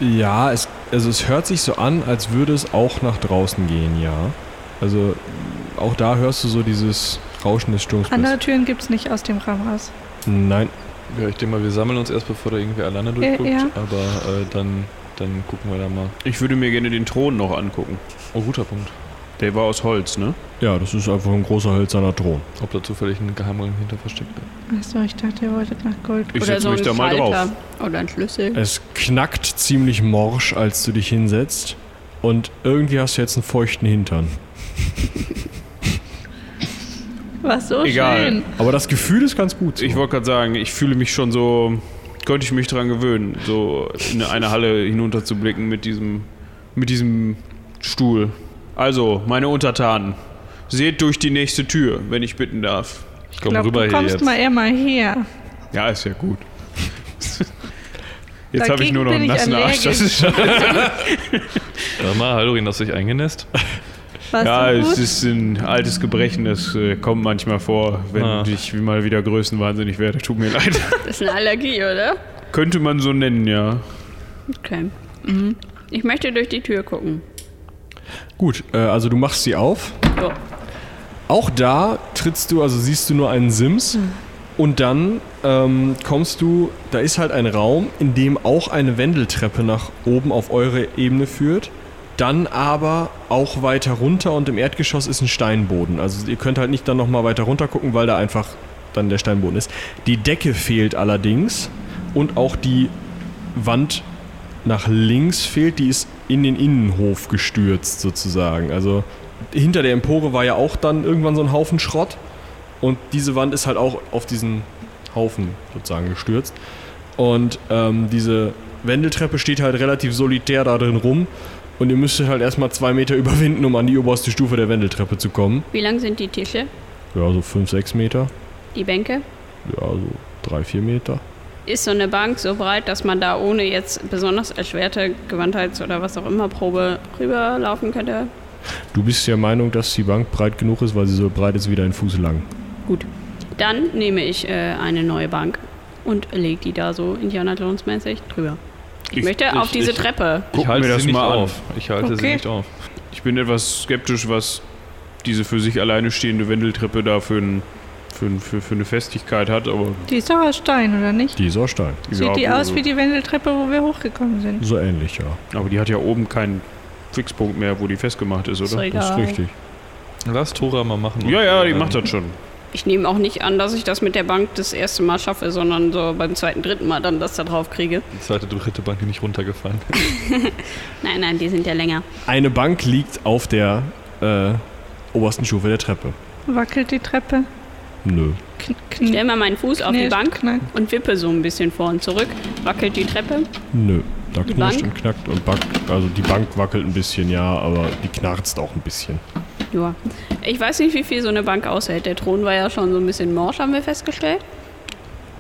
Speaker 7: Ja, es, also es hört sich so an, als würde es auch nach draußen gehen, ja. Also auch da hörst du so dieses Rauschen des Sturms.
Speaker 5: Andere Türen gibt es nicht aus dem Raum raus.
Speaker 7: Nein,
Speaker 4: Ja, ich denke mal, wir sammeln uns erst, bevor da irgendwer alleine durchguckt.
Speaker 5: ja.
Speaker 4: Aber äh, dann, dann gucken wir da mal.
Speaker 8: Ich würde mir gerne den Thron noch angucken.
Speaker 4: Oh, guter Punkt.
Speaker 8: Der war aus Holz, ne?
Speaker 7: ja, das ist einfach ein großer hölzerner Thron.
Speaker 4: Ob da zufällig ein Geheimgang hinter versteckt ist.
Speaker 5: Achso, ich dachte, ihr wolltet nach Gold.
Speaker 8: Ich setze mich da mal drauf.
Speaker 2: Oder ein Schlüssel.
Speaker 7: Es knackt ziemlich morsch, als du dich hinsetzt. Und irgendwie hast du jetzt einen feuchten Hintern.
Speaker 5: War so
Speaker 8: Egal.
Speaker 5: schön.
Speaker 7: Aber das Gefühl ist ganz gut. So.
Speaker 8: Ich wollte gerade sagen, ich fühle mich schon so, könnte ich mich dran gewöhnen, so in eine Halle hinunterzublicken mit diesem, mit diesem Stuhl. Also, meine Untertanen, seht durch die nächste Tür, wenn ich bitten darf.
Speaker 4: Ich
Speaker 5: Ich
Speaker 4: komme
Speaker 5: glaube,
Speaker 4: rüber
Speaker 5: du
Speaker 4: hier
Speaker 5: kommst
Speaker 4: jetzt.
Speaker 5: mal immer her.
Speaker 8: Ja, ist ja gut. Jetzt habe ich
Speaker 5: Dagegen
Speaker 8: nur noch einen
Speaker 5: bin ich
Speaker 8: nassen Arsch. Das ist,
Speaker 4: Sag mal, Haldorin, hast du dich eingenässt?
Speaker 5: Warst
Speaker 8: ja,
Speaker 5: du gut?
Speaker 8: es ist ein altes Gebrechen, das äh, kommt manchmal vor, wenn
Speaker 4: Ah.
Speaker 8: ich mal wieder größenwahnsinnig werde. Tut mir leid.
Speaker 2: Das ist eine Allergie, oder?
Speaker 8: Könnte man so nennen, ja.
Speaker 2: Okay. Mhm. Ich möchte durch die Tür gucken.
Speaker 7: Gut, äh, also du machst sie auf.
Speaker 2: So.
Speaker 7: Auch da trittst du, also siehst du nur einen Sims. Und dann ähm, kommst du, da ist halt ein Raum, in dem auch eine Wendeltreppe nach oben auf eure Ebene führt. Dann aber auch weiter runter und im Erdgeschoss ist ein Steinboden. Also ihr könnt halt nicht dann nochmal weiter runter gucken, weil da einfach dann der Steinboden ist. Die Decke fehlt allerdings und auch die Wand nach links fehlt, die ist in den Innenhof gestürzt sozusagen. Also hinter der Empore war ja auch dann irgendwann so ein Haufen Schrott und diese Wand ist halt auch auf diesen Haufen sozusagen gestürzt. Und ähm, diese Wendeltreppe steht halt relativ solitär da drin rum und ihr müsstet halt erstmal zwei Meter überwinden, um an die oberste Stufe der Wendeltreppe zu kommen.
Speaker 2: Wie lang sind die Tische?
Speaker 7: Ja, so fünf, sechs Meter.
Speaker 2: Die Bänke?
Speaker 7: Ja, so drei, vier Meter.
Speaker 2: Ist so eine Bank so breit, dass man da ohne jetzt besonders erschwerte Gewandheits- oder was auch immer Probe rüberlaufen könnte?
Speaker 7: Du bist der Meinung, dass die Bank breit genug ist, weil sie so breit ist wie dein Fuß lang.
Speaker 2: Dann nehme ich äh, eine neue Bank und lege die da so Indiana Jones mäßig drüber. Ich,
Speaker 8: Ich-
Speaker 2: möchte
Speaker 8: ich-
Speaker 2: auf diese
Speaker 8: ich-
Speaker 2: Treppe.
Speaker 8: Guck
Speaker 4: ich halte
Speaker 8: mir das
Speaker 4: sie nicht
Speaker 8: mal an.
Speaker 4: auf. Ich halte sie
Speaker 5: Okay.
Speaker 4: nicht auf.
Speaker 8: Ich bin etwas skeptisch, was diese für sich alleine stehende Wendeltreppe da für, ein, für, ein, für, für eine Festigkeit hat, aber
Speaker 5: Die ist doch aus Stein, oder nicht?
Speaker 7: Dieser Stein.
Speaker 5: Sieht
Speaker 8: ja,
Speaker 5: die aus
Speaker 8: also-
Speaker 5: wie die Wendeltreppe, wo wir hochgekommen sind.
Speaker 7: So ähnlich, ja.
Speaker 8: Aber die hat ja oben keinen Fixpunkt mehr, wo die festgemacht ist,
Speaker 2: Ist doch
Speaker 8: oder?
Speaker 7: Das ist
Speaker 2: egal.
Speaker 7: richtig.
Speaker 4: Lass Tora mal machen.
Speaker 8: Ja, ja, die
Speaker 4: Ähm,
Speaker 8: macht das schon.
Speaker 2: Ich nehme auch nicht an, dass ich das mit der Bank das erste Mal schaffe, sondern so beim zweiten, dritten Mal dann das da drauf kriege.
Speaker 4: Die zweite, dritte Bank die nicht runtergefallen.
Speaker 2: Nein, nein, die sind ja länger.
Speaker 7: Eine Bank liegt auf der äh, obersten Stufe der Treppe.
Speaker 5: Wackelt die Treppe.
Speaker 7: Nö.
Speaker 5: Kn
Speaker 2: Ich
Speaker 5: kn
Speaker 2: stelle mal meinen Fuß auf die
Speaker 5: knirscht,
Speaker 2: Bank
Speaker 5: knackt.
Speaker 2: und wippe so ein bisschen vor und zurück, wackelt die Treppe.
Speaker 7: Nö. Da
Speaker 2: Die
Speaker 7: knirscht
Speaker 2: Bank?
Speaker 7: und knackt und backt. Also die Bank wackelt ein bisschen, ja, aber die knarzt auch ein bisschen.
Speaker 2: Ja. Ich weiß nicht, wie viel so eine Bank aushält. Der Thron war ja schon so ein bisschen morsch, haben wir festgestellt.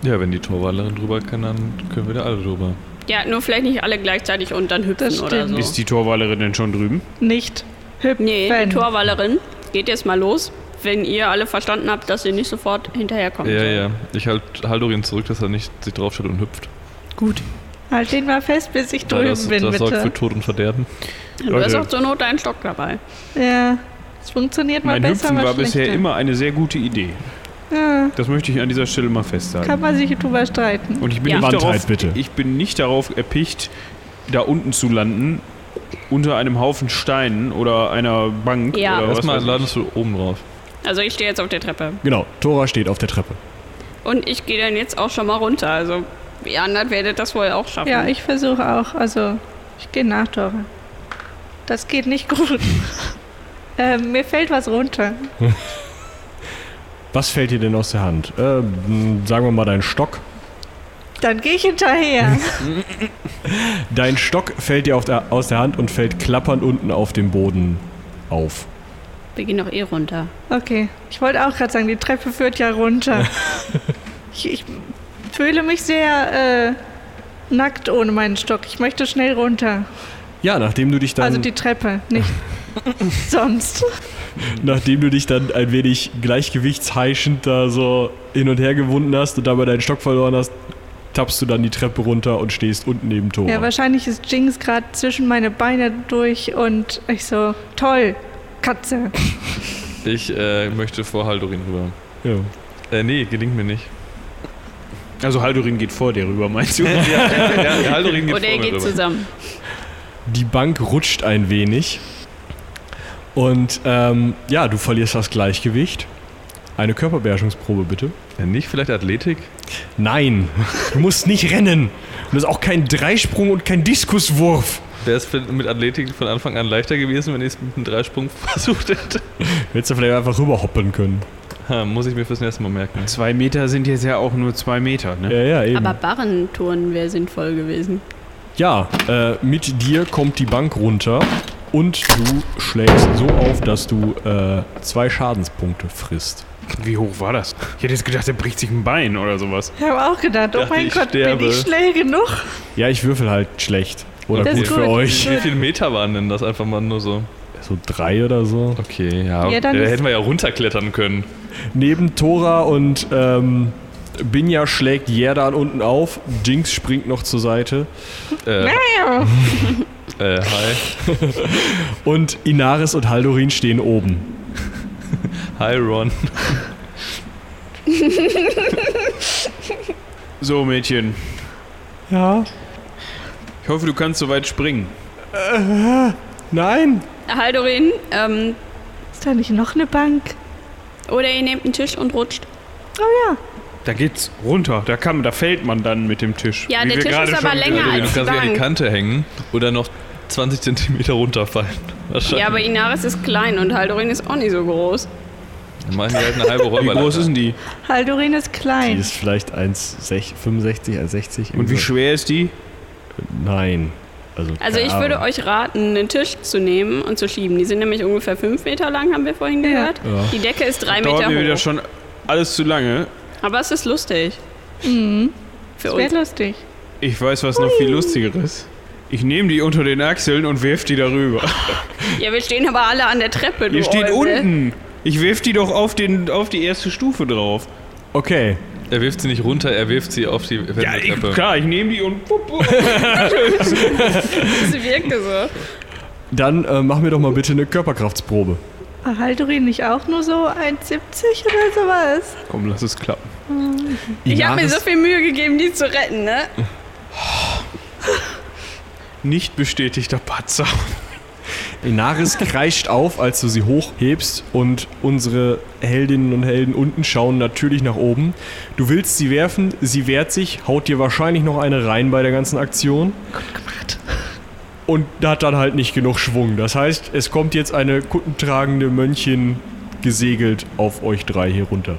Speaker 4: Ja, wenn die Torwallerin drüber kann, dann können wir da alle drüber.
Speaker 2: Ja, nur vielleicht nicht alle gleichzeitig und dann hüpfen
Speaker 5: Das
Speaker 2: oder so.
Speaker 5: stimmt.
Speaker 8: Ist die Torwallerin denn schon drüben?
Speaker 5: Nicht. Hüpfen. Halt
Speaker 2: Nee, die Torwallerin, geht jetzt mal los, wenn ihr alle verstanden habt, dass ihr nicht sofort hinterherkommt.
Speaker 4: Ja, ja. Ich halte Haldorin zurück, dass er nicht sich draufstellt und hüpft.
Speaker 2: Gut.
Speaker 5: Halt den mal fest, bis ich
Speaker 4: Ja,
Speaker 5: drüben
Speaker 4: das
Speaker 5: bin,
Speaker 4: das sorgt für
Speaker 5: bitte.
Speaker 4: Tod und Verderben.
Speaker 2: Du hast
Speaker 8: Leute.
Speaker 2: auch zur Not deinen Stock dabei.
Speaker 5: Ja, es funktioniert mal
Speaker 8: Mein
Speaker 5: besser,
Speaker 8: Hüpfen
Speaker 5: mal
Speaker 8: war bisher
Speaker 5: schlechter.
Speaker 8: immer eine sehr gute Idee.
Speaker 5: Ja,
Speaker 8: Das möchte ich an dieser Stelle mal festhalten.
Speaker 5: kann man sich drüber streiten.
Speaker 8: Und ich bin,
Speaker 2: Ja.
Speaker 8: nicht,
Speaker 7: Wandheit,
Speaker 8: darauf,
Speaker 7: halt bitte.
Speaker 8: ich bin nicht darauf erpicht, da unten zu landen, unter einem Haufen Steinen oder einer Bank
Speaker 2: Ja.
Speaker 8: oder was
Speaker 4: Erstmal
Speaker 8: weiß ich.
Speaker 4: landest du oben drauf.
Speaker 2: Also ich stehe jetzt auf der Treppe.
Speaker 7: Genau, Tora steht auf der Treppe.
Speaker 2: Und ich gehe dann jetzt auch schon mal runter. Also ihr anderen werdet das wohl auch schaffen.
Speaker 5: Ja, ich versuche auch. Also, ich gehe nach Dora. Das geht nicht gut. ähm, mir fällt was runter.
Speaker 7: Was fällt dir denn aus der Hand? Ähm, sagen wir mal dein Stock.
Speaker 5: Dann gehe ich hinterher.
Speaker 7: Dein Stock fällt dir auf der, aus der Hand und fällt klappernd unten auf dem Boden auf.
Speaker 2: Wir gehen doch eh runter.
Speaker 5: Okay, ich wollte auch gerade sagen, die Treppe führt ja runter. ich, ich fühle mich sehr äh, nackt ohne meinen Stock. Ich möchte schnell runter.
Speaker 7: Ja, nachdem du dich dann,
Speaker 5: also die Treppe, nicht sonst.
Speaker 7: nachdem du dich dann ein wenig gleichgewichtsheischend da so hin und her gewunden hast und dabei deinen Stock verloren hast, tappst du dann die Treppe runter und stehst unten neben Tora.
Speaker 5: Ja, wahrscheinlich ist Jinx gerade zwischen meine Beine durch und ich so, toll, Katze.
Speaker 4: Ich äh, möchte vor Haldorin rüber.
Speaker 7: Ja.
Speaker 4: Äh, nee, gelingt mir nicht.
Speaker 8: Also Haldurin geht vor dir rüber, meinst du?
Speaker 4: Ja, Haldorin geht
Speaker 2: Oder
Speaker 4: vor
Speaker 2: ihr
Speaker 4: mir
Speaker 2: geht
Speaker 4: rüber.
Speaker 2: zusammen.
Speaker 7: Die Bank rutscht ein wenig. Und ähm, ja, du verlierst das Gleichgewicht. Eine Körperbeherrschungsprobe bitte.
Speaker 4: Ja, nicht vielleicht Athletik?
Speaker 7: Nein, du musst nicht rennen. Und das ist auch kein Dreisprung und kein Diskuswurf.
Speaker 4: Wäre es mit Athletik von Anfang an leichter gewesen, wenn ich es mit einem Dreisprung versucht hätte?
Speaker 7: Hättest du vielleicht einfach rüberhoppeln können.
Speaker 4: Ha, muss ich mir fürs nächste Mal merken.
Speaker 8: zwei Meter sind jetzt ja auch nur zwei Meter, ne?
Speaker 7: ja, eben.
Speaker 2: Aber Barrenturnen wäre sinnvoll gewesen.
Speaker 7: ja, äh, mit dir kommt die Bank runter und du schlägst so auf, dass du äh, zwei Schadenspunkte frisst.
Speaker 8: Wie hoch war das? Ich hätte jetzt gedacht, er bricht sich ein Bein oder sowas.
Speaker 5: Ich habe auch gedacht, oh
Speaker 4: Dachte,
Speaker 5: mein
Speaker 4: ich
Speaker 5: Gott, bin
Speaker 4: sterbe.
Speaker 5: ich schnell genug?
Speaker 7: Ja, ich würfel halt schlecht. Oder
Speaker 5: Das
Speaker 7: gut,
Speaker 5: ist
Speaker 7: für
Speaker 5: gut.
Speaker 7: euch.
Speaker 4: Wie viele Meter waren denn das? Einfach mal nur so.
Speaker 7: So drei oder so.
Speaker 4: Okay, ja.
Speaker 5: Ja,
Speaker 4: da
Speaker 5: dann ist-
Speaker 4: hätten wir ja runterklettern können.
Speaker 7: Neben Tora und ähm, Binja schlägt Jerdan unten auf. Jinx springt noch zur Seite.
Speaker 4: Äh, äh, hi.
Speaker 7: Und Inaris und Haldorin stehen oben.
Speaker 4: Hi, Ron.
Speaker 8: So, Mädchen.
Speaker 7: Ja.
Speaker 8: Ich hoffe, du kannst so weit springen.
Speaker 7: Nein.
Speaker 2: Haldorin, ähm,
Speaker 5: Ist da nicht noch eine Bank?
Speaker 2: oder ihr nehmt einen Tisch und rutscht.
Speaker 8: Da geht's runter. Da kann, da fällt man dann mit dem Tisch.
Speaker 2: Ja, der
Speaker 8: wir
Speaker 2: Tisch
Speaker 8: gerade
Speaker 2: ist aber
Speaker 8: schon
Speaker 2: länger
Speaker 4: Also,
Speaker 8: gesehen
Speaker 4: du
Speaker 2: als
Speaker 4: kannst
Speaker 2: die
Speaker 4: dich an die
Speaker 2: Bank.
Speaker 4: Kante hängen oder noch 20 Zentimeter runterfallen. Wahrscheinlich.
Speaker 2: Ja, aber Inaris ist klein und Haldorin ist auch nicht so groß.
Speaker 4: Dann machen wir halt eine halbe
Speaker 8: haben. Wie
Speaker 4: Räuberleiter.
Speaker 8: groß ist denn die?
Speaker 5: Haldorin ist
Speaker 7: Die
Speaker 5: klein.
Speaker 7: ist vielleicht 1,65, 1,60.
Speaker 8: Und wie schwer ist die?
Speaker 7: Nein. Also,
Speaker 2: Also
Speaker 7: keine
Speaker 2: ich würde
Speaker 7: Ahnung.
Speaker 2: euch raten, einen Tisch zu nehmen und zu schieben. Die sind nämlich ungefähr fünf Meter lang, haben wir vorhin gehört.
Speaker 7: Ja.
Speaker 2: Die Decke ist drei
Speaker 8: Dauert
Speaker 2: Meter
Speaker 8: mir wieder
Speaker 2: hoch.
Speaker 8: schon alles zu lange.
Speaker 2: Aber es ist lustig. Für
Speaker 5: Das wäre
Speaker 2: uns.
Speaker 5: lustig.
Speaker 8: Ich weiß was noch viel lustigeres. Ich nehme die unter den Achseln und werf die darüber.
Speaker 2: Ja, wir stehen aber alle an der Treppe. Du
Speaker 8: Ihr steht
Speaker 2: Eule.
Speaker 8: unten. Ich werf die doch auf, den, auf die erste Stufe drauf.
Speaker 7: Okay.
Speaker 4: Er wirft sie nicht runter, er wirft sie auf die
Speaker 8: Ja, ich,
Speaker 4: Wendeltreppe.
Speaker 8: klar, ich nehme die und. Wupp, wupp.
Speaker 2: Das wirkte so.
Speaker 7: Dann äh, mach mir doch mal bitte eine Körperkraftsprobe.
Speaker 5: War Haldorin nicht auch nur so 1,70 oder sowas?
Speaker 8: Komm, lass es klappen.
Speaker 2: Ich habe mir so viel Mühe gegeben, die zu retten, ne?
Speaker 8: Nicht bestätigter Patzer.
Speaker 7: Inaris kreischt auf, als du sie hochhebst und unsere Heldinnen und Helden unten schauen natürlich nach oben. Du willst sie werfen, sie wehrt sich, haut dir wahrscheinlich noch eine rein bei der ganzen Aktion. Und hat dann halt nicht genug Schwung. Das heißt, es kommt jetzt eine kuttentragende Mönchin gesegelt auf euch drei hier runter.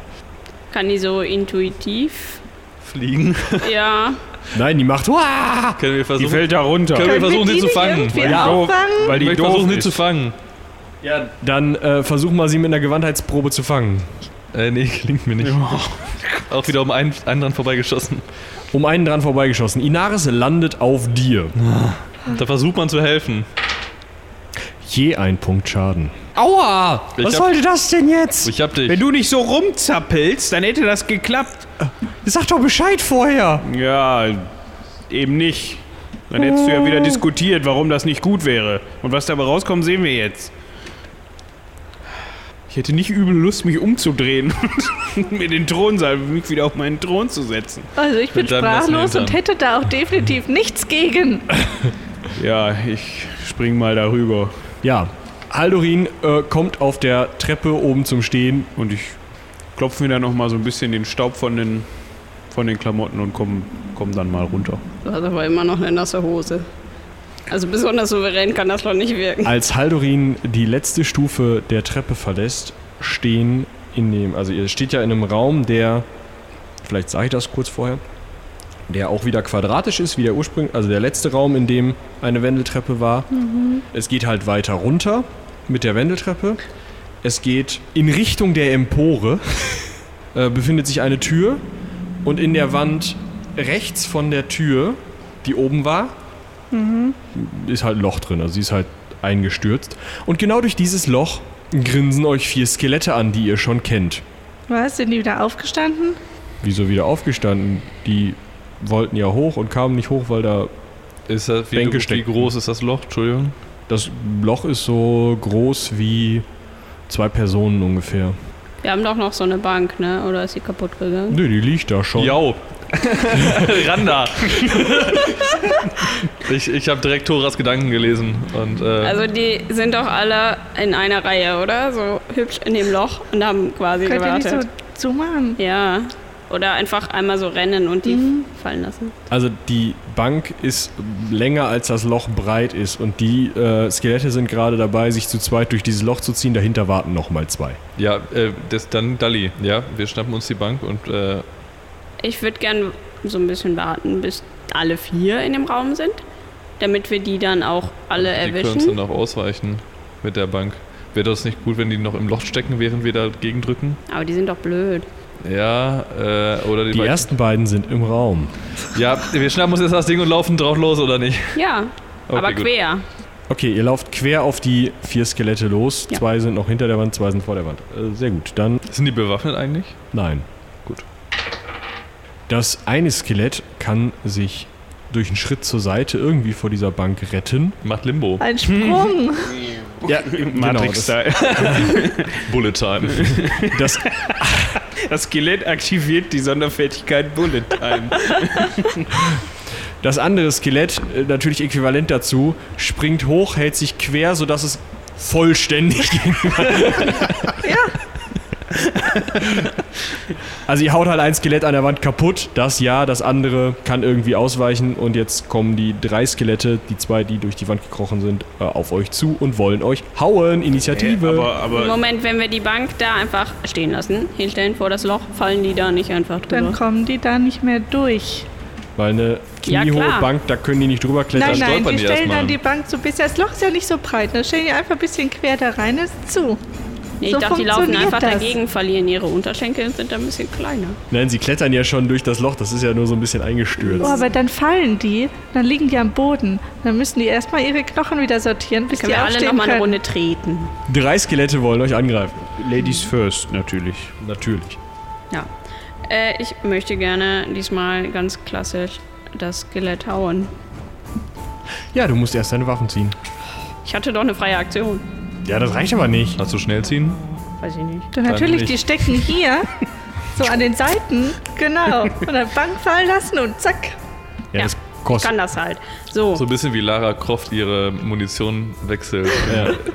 Speaker 2: Kann die so intuitiv?
Speaker 4: Fliegen.
Speaker 2: Ja.
Speaker 7: Nein, die macht. Uah!
Speaker 4: Können wir
Speaker 8: Die
Speaker 4: versuchen,
Speaker 8: fällt da runter.
Speaker 4: können wir
Speaker 5: Können wir
Speaker 4: versuchen
Speaker 5: die
Speaker 4: sie zu
Speaker 5: nicht
Speaker 4: fangen?
Speaker 5: irgendwie
Speaker 7: Ja.
Speaker 5: auffangen?
Speaker 8: Weil
Speaker 4: Ich
Speaker 8: die
Speaker 4: möchte
Speaker 8: doof
Speaker 4: versuchen, sie
Speaker 8: ist.
Speaker 4: zu fangen.
Speaker 7: Dann äh, versuch mal, sie mit einer Gewandheitsprobe zu fangen.
Speaker 4: Äh, nee, gelingt mir nicht. Auch wieder um einen, einen dran vorbeigeschossen.
Speaker 7: Um einen dran vorbeigeschossen. Inaris landet auf dir.
Speaker 4: Da versucht man zu helfen.
Speaker 7: Je ein Punkt Schaden.
Speaker 4: Ich
Speaker 7: Was
Speaker 4: hab-
Speaker 7: sollte das denn jetzt?
Speaker 4: Ich hab dich.
Speaker 8: Wenn du nicht so rumzappelst, dann hätte das geklappt.
Speaker 7: Sag doch Bescheid vorher.
Speaker 8: Ja, eben nicht. Dann hättest du ja wieder diskutiert, warum das nicht gut wäre. Und was dabei rauskommt, sehen wir jetzt. Ich hätte nicht übel Lust, mich umzudrehen und mir den Thronsaal mich wieder auf meinen Thron zu setzen.
Speaker 5: Also ich bin
Speaker 4: Mit deinem nassen
Speaker 5: sprachlos und
Speaker 4: Hintern.
Speaker 5: hätte da auch definitiv nichts gegen.
Speaker 8: Ja, ich spring mal darüber.
Speaker 7: Ja, Haldorin äh, kommt auf der Treppe oben zum Stehen.
Speaker 8: Und ich klopfe mir da nochmal so ein bisschen den Staub von den, von den Klamotten und komme komm dann mal runter.
Speaker 2: Du hast aber immer noch eine nasse Hose. Also besonders souverän kann das noch nicht wirken.
Speaker 7: Als Haldorin die letzte Stufe der Treppe verlässt, stehen in dem, also ihr steht ja in einem Raum, der, vielleicht sage ich das kurz vorher, der auch wieder quadratisch ist, wie der Ursprung, also der letzte Raum, in dem eine Wendeltreppe war. Es geht halt weiter runter mit der Wendeltreppe. Es geht in Richtung der Empore, äh, befindet sich eine Tür und in der Wand rechts von der Tür, die oben war, ist halt ein Loch drin, also sie ist halt eingestürzt. Und genau durch dieses Loch grinsen euch vier Skelette an, die ihr schon kennt.
Speaker 5: Was? Sind die wieder aufgestanden?
Speaker 7: Wieso wieder aufgestanden? Die wollten ja hoch und kamen nicht hoch, weil da
Speaker 4: Ist das, wie,
Speaker 7: Bänke
Speaker 4: wie
Speaker 7: stecken.
Speaker 4: groß ist das Loch? Entschuldigung.
Speaker 7: das Loch ist so groß wie zwei Personen ungefähr.
Speaker 2: Wir haben doch noch so eine Bank, ne? Oder ist sie kaputt gegangen?
Speaker 7: Nö, die liegt da schon.
Speaker 4: Jau. Randa. ich ich habe direkt Thoras Gedanken gelesen. Und, äh,
Speaker 2: Also die sind doch alle in einer Reihe, oder? So hübsch in dem Loch und haben quasi
Speaker 5: Könnt ihr nicht
Speaker 2: gewartet.
Speaker 5: so Mhm. zoomen?
Speaker 2: Ja. Oder einfach einmal so rennen und die fallen lassen.
Speaker 7: Also die Bank ist länger als das Loch breit ist und die äh, Skelette sind gerade dabei, sich zu zweit durch dieses Loch zu ziehen. Dahinter warten nochmal zwei.
Speaker 4: ja, äh, das, dann Dalli. Ja, wir schnappen uns die Bank und äh,
Speaker 2: Ich würde gern so ein bisschen warten, bis alle vier in dem Raum sind, damit wir die dann auch alle
Speaker 4: Also die können uns
Speaker 2: erwischen.
Speaker 4: dann auch ausweichen mit der Bank. Wäre das nicht gut, wenn die noch im Loch stecken, während wir dagegen drücken?
Speaker 2: Aber die sind doch blöd.
Speaker 4: Ja, äh, oder
Speaker 7: Die
Speaker 4: Bank-
Speaker 7: ersten beiden sind im Raum.
Speaker 4: Ja, wir schnappen uns jetzt das Ding und laufen drauf los, oder nicht?
Speaker 2: Ja, aber
Speaker 4: gut.
Speaker 2: quer.
Speaker 7: Okay, ihr lauft quer auf die vier Skelette los.
Speaker 2: Ja.
Speaker 7: Zwei sind noch hinter der Wand, zwei sind vor der Wand. Äh, sehr gut, dann
Speaker 4: Sind die bewaffnet eigentlich?
Speaker 7: nein.
Speaker 4: Gut.
Speaker 7: Das eine Skelett kann sich durch einen Schritt zur Seite irgendwie vor dieser Bank retten. Genau,
Speaker 4: Macht Limbo.
Speaker 5: Ein
Speaker 2: Hm.
Speaker 5: Sprung.
Speaker 7: Ja,
Speaker 8: Matrix-Style.
Speaker 4: Bullet Time.
Speaker 7: Genau, das, das,
Speaker 8: Das Skelett aktiviert die Sonderfertigkeit Bullet Time.
Speaker 7: das andere Skelett, äh, natürlich äquivalent dazu, springt hoch, hält sich quer, sodass es vollständig gegen die Wand- Also ihr haut halt ein Skelett an der Wand kaputt, das ja, das andere kann irgendwie ausweichen und jetzt kommen die drei Skelette, die zwei, die durch die Wand gekrochen sind, äh, auf euch zu und wollen euch hauen. Initiative.
Speaker 8: aber, aber
Speaker 2: Moment, wenn wir die Bank da einfach stehen lassen, hinstellen vor das Loch, fallen die da nicht einfach drüber.
Speaker 5: Dann kommen die da nicht mehr durch.
Speaker 7: Weil eine
Speaker 2: Ja,
Speaker 7: kniehohe
Speaker 2: klar.
Speaker 7: Bank, da können die nicht drüber klettern.
Speaker 5: Nein, nein,
Speaker 4: stolpern
Speaker 5: die
Speaker 4: die
Speaker 5: stellen
Speaker 4: erstmal.
Speaker 5: dann die Bank so ein bisschen. Das Loch ist ja nicht so breit. Dann stellen die einfach ein bisschen quer da rein, ist zu.
Speaker 2: nee, ich
Speaker 5: so
Speaker 2: dachte, die laufen
Speaker 5: funktioniert
Speaker 2: einfach
Speaker 5: das.
Speaker 2: dagegen, verlieren ihre Unterschenkel und sind ein bisschen kleiner.
Speaker 7: Nein, sie klettern ja schon durch das Loch, das ist ja nur so ein bisschen eingestürzt.
Speaker 5: Oh, aber dann fallen die, dann liegen die am Boden. Dann müssen die erstmal ihre Knochen wieder sortieren, bis
Speaker 2: Können
Speaker 5: die
Speaker 2: wir alle
Speaker 5: aufstehen
Speaker 2: nochmal eine
Speaker 5: können.
Speaker 2: Runde treten.
Speaker 7: Drei Skelette wollen euch angreifen.
Speaker 8: Ladies first natürlich.
Speaker 7: Natürlich.
Speaker 2: Ja. Äh, ich möchte gerne diesmal ganz klassisch das Skelett hauen.
Speaker 7: Ja, du musst erst deine Waffen ziehen.
Speaker 2: Ich hatte doch eine freie Aktion.
Speaker 7: Ja, das reicht aber nicht.
Speaker 4: Hast du schnell ziehen?
Speaker 2: Weiß ich nicht.
Speaker 5: Dann
Speaker 4: Dann
Speaker 5: natürlich,
Speaker 4: nicht.
Speaker 5: die stecken hier, so an den Seiten. Genau. Und dann Bank fallen lassen und zack.
Speaker 7: Ja,
Speaker 2: Ja,
Speaker 7: das kostet.
Speaker 2: Kann das halt. So,
Speaker 4: So ein bisschen wie Lara Croft ihre Munition wechselt.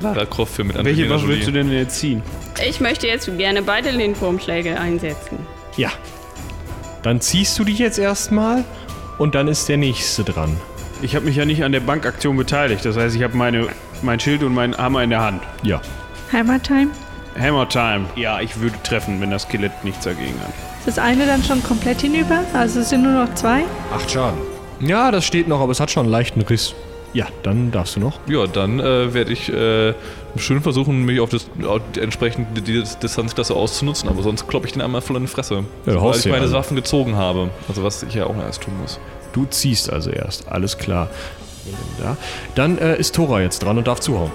Speaker 4: Lara Croft für mit
Speaker 8: Welche
Speaker 4: Angelina
Speaker 8: Waffe willst du
Speaker 4: Jolie.
Speaker 8: denn jetzt ziehen?
Speaker 2: ich möchte jetzt gerne beide Lindwurmschläge einsetzen.
Speaker 7: Ja. Dann ziehst du dich jetzt erstmal und dann ist der nächste dran.
Speaker 8: Ich habe mich ja nicht an der Bankaktion beteiligt. Das heißt, ich habe meine mein Schild und meinen Hammer in der Hand.
Speaker 7: Ja.
Speaker 5: Heimattime.
Speaker 8: Hammer Time. Ja, ich würde treffen, wenn das Skelett nichts dagegen hat.
Speaker 5: Ist das eine dann schon komplett hinüber? Also es sind nur noch zwei.
Speaker 7: Acht Schaden. Ja, das steht noch, aber es hat schon einen leichten Riss. Ja, dann darfst du noch.
Speaker 4: Ja, dann äh, werde ich äh, schön versuchen, mich auf das auf die entsprechende die Distanz dazu auszunutzen, aber sonst kloppe ich den einmal voll in die Fresse.
Speaker 7: Ja, du haust
Speaker 4: weil ich
Speaker 7: den
Speaker 4: meine
Speaker 7: also.
Speaker 4: Waffen gezogen habe. Also was ich ja auch erst tun muss.
Speaker 7: Du ziehst also erst. Alles klar. Ja. Dann äh, ist Tora jetzt dran und darf zuhauen.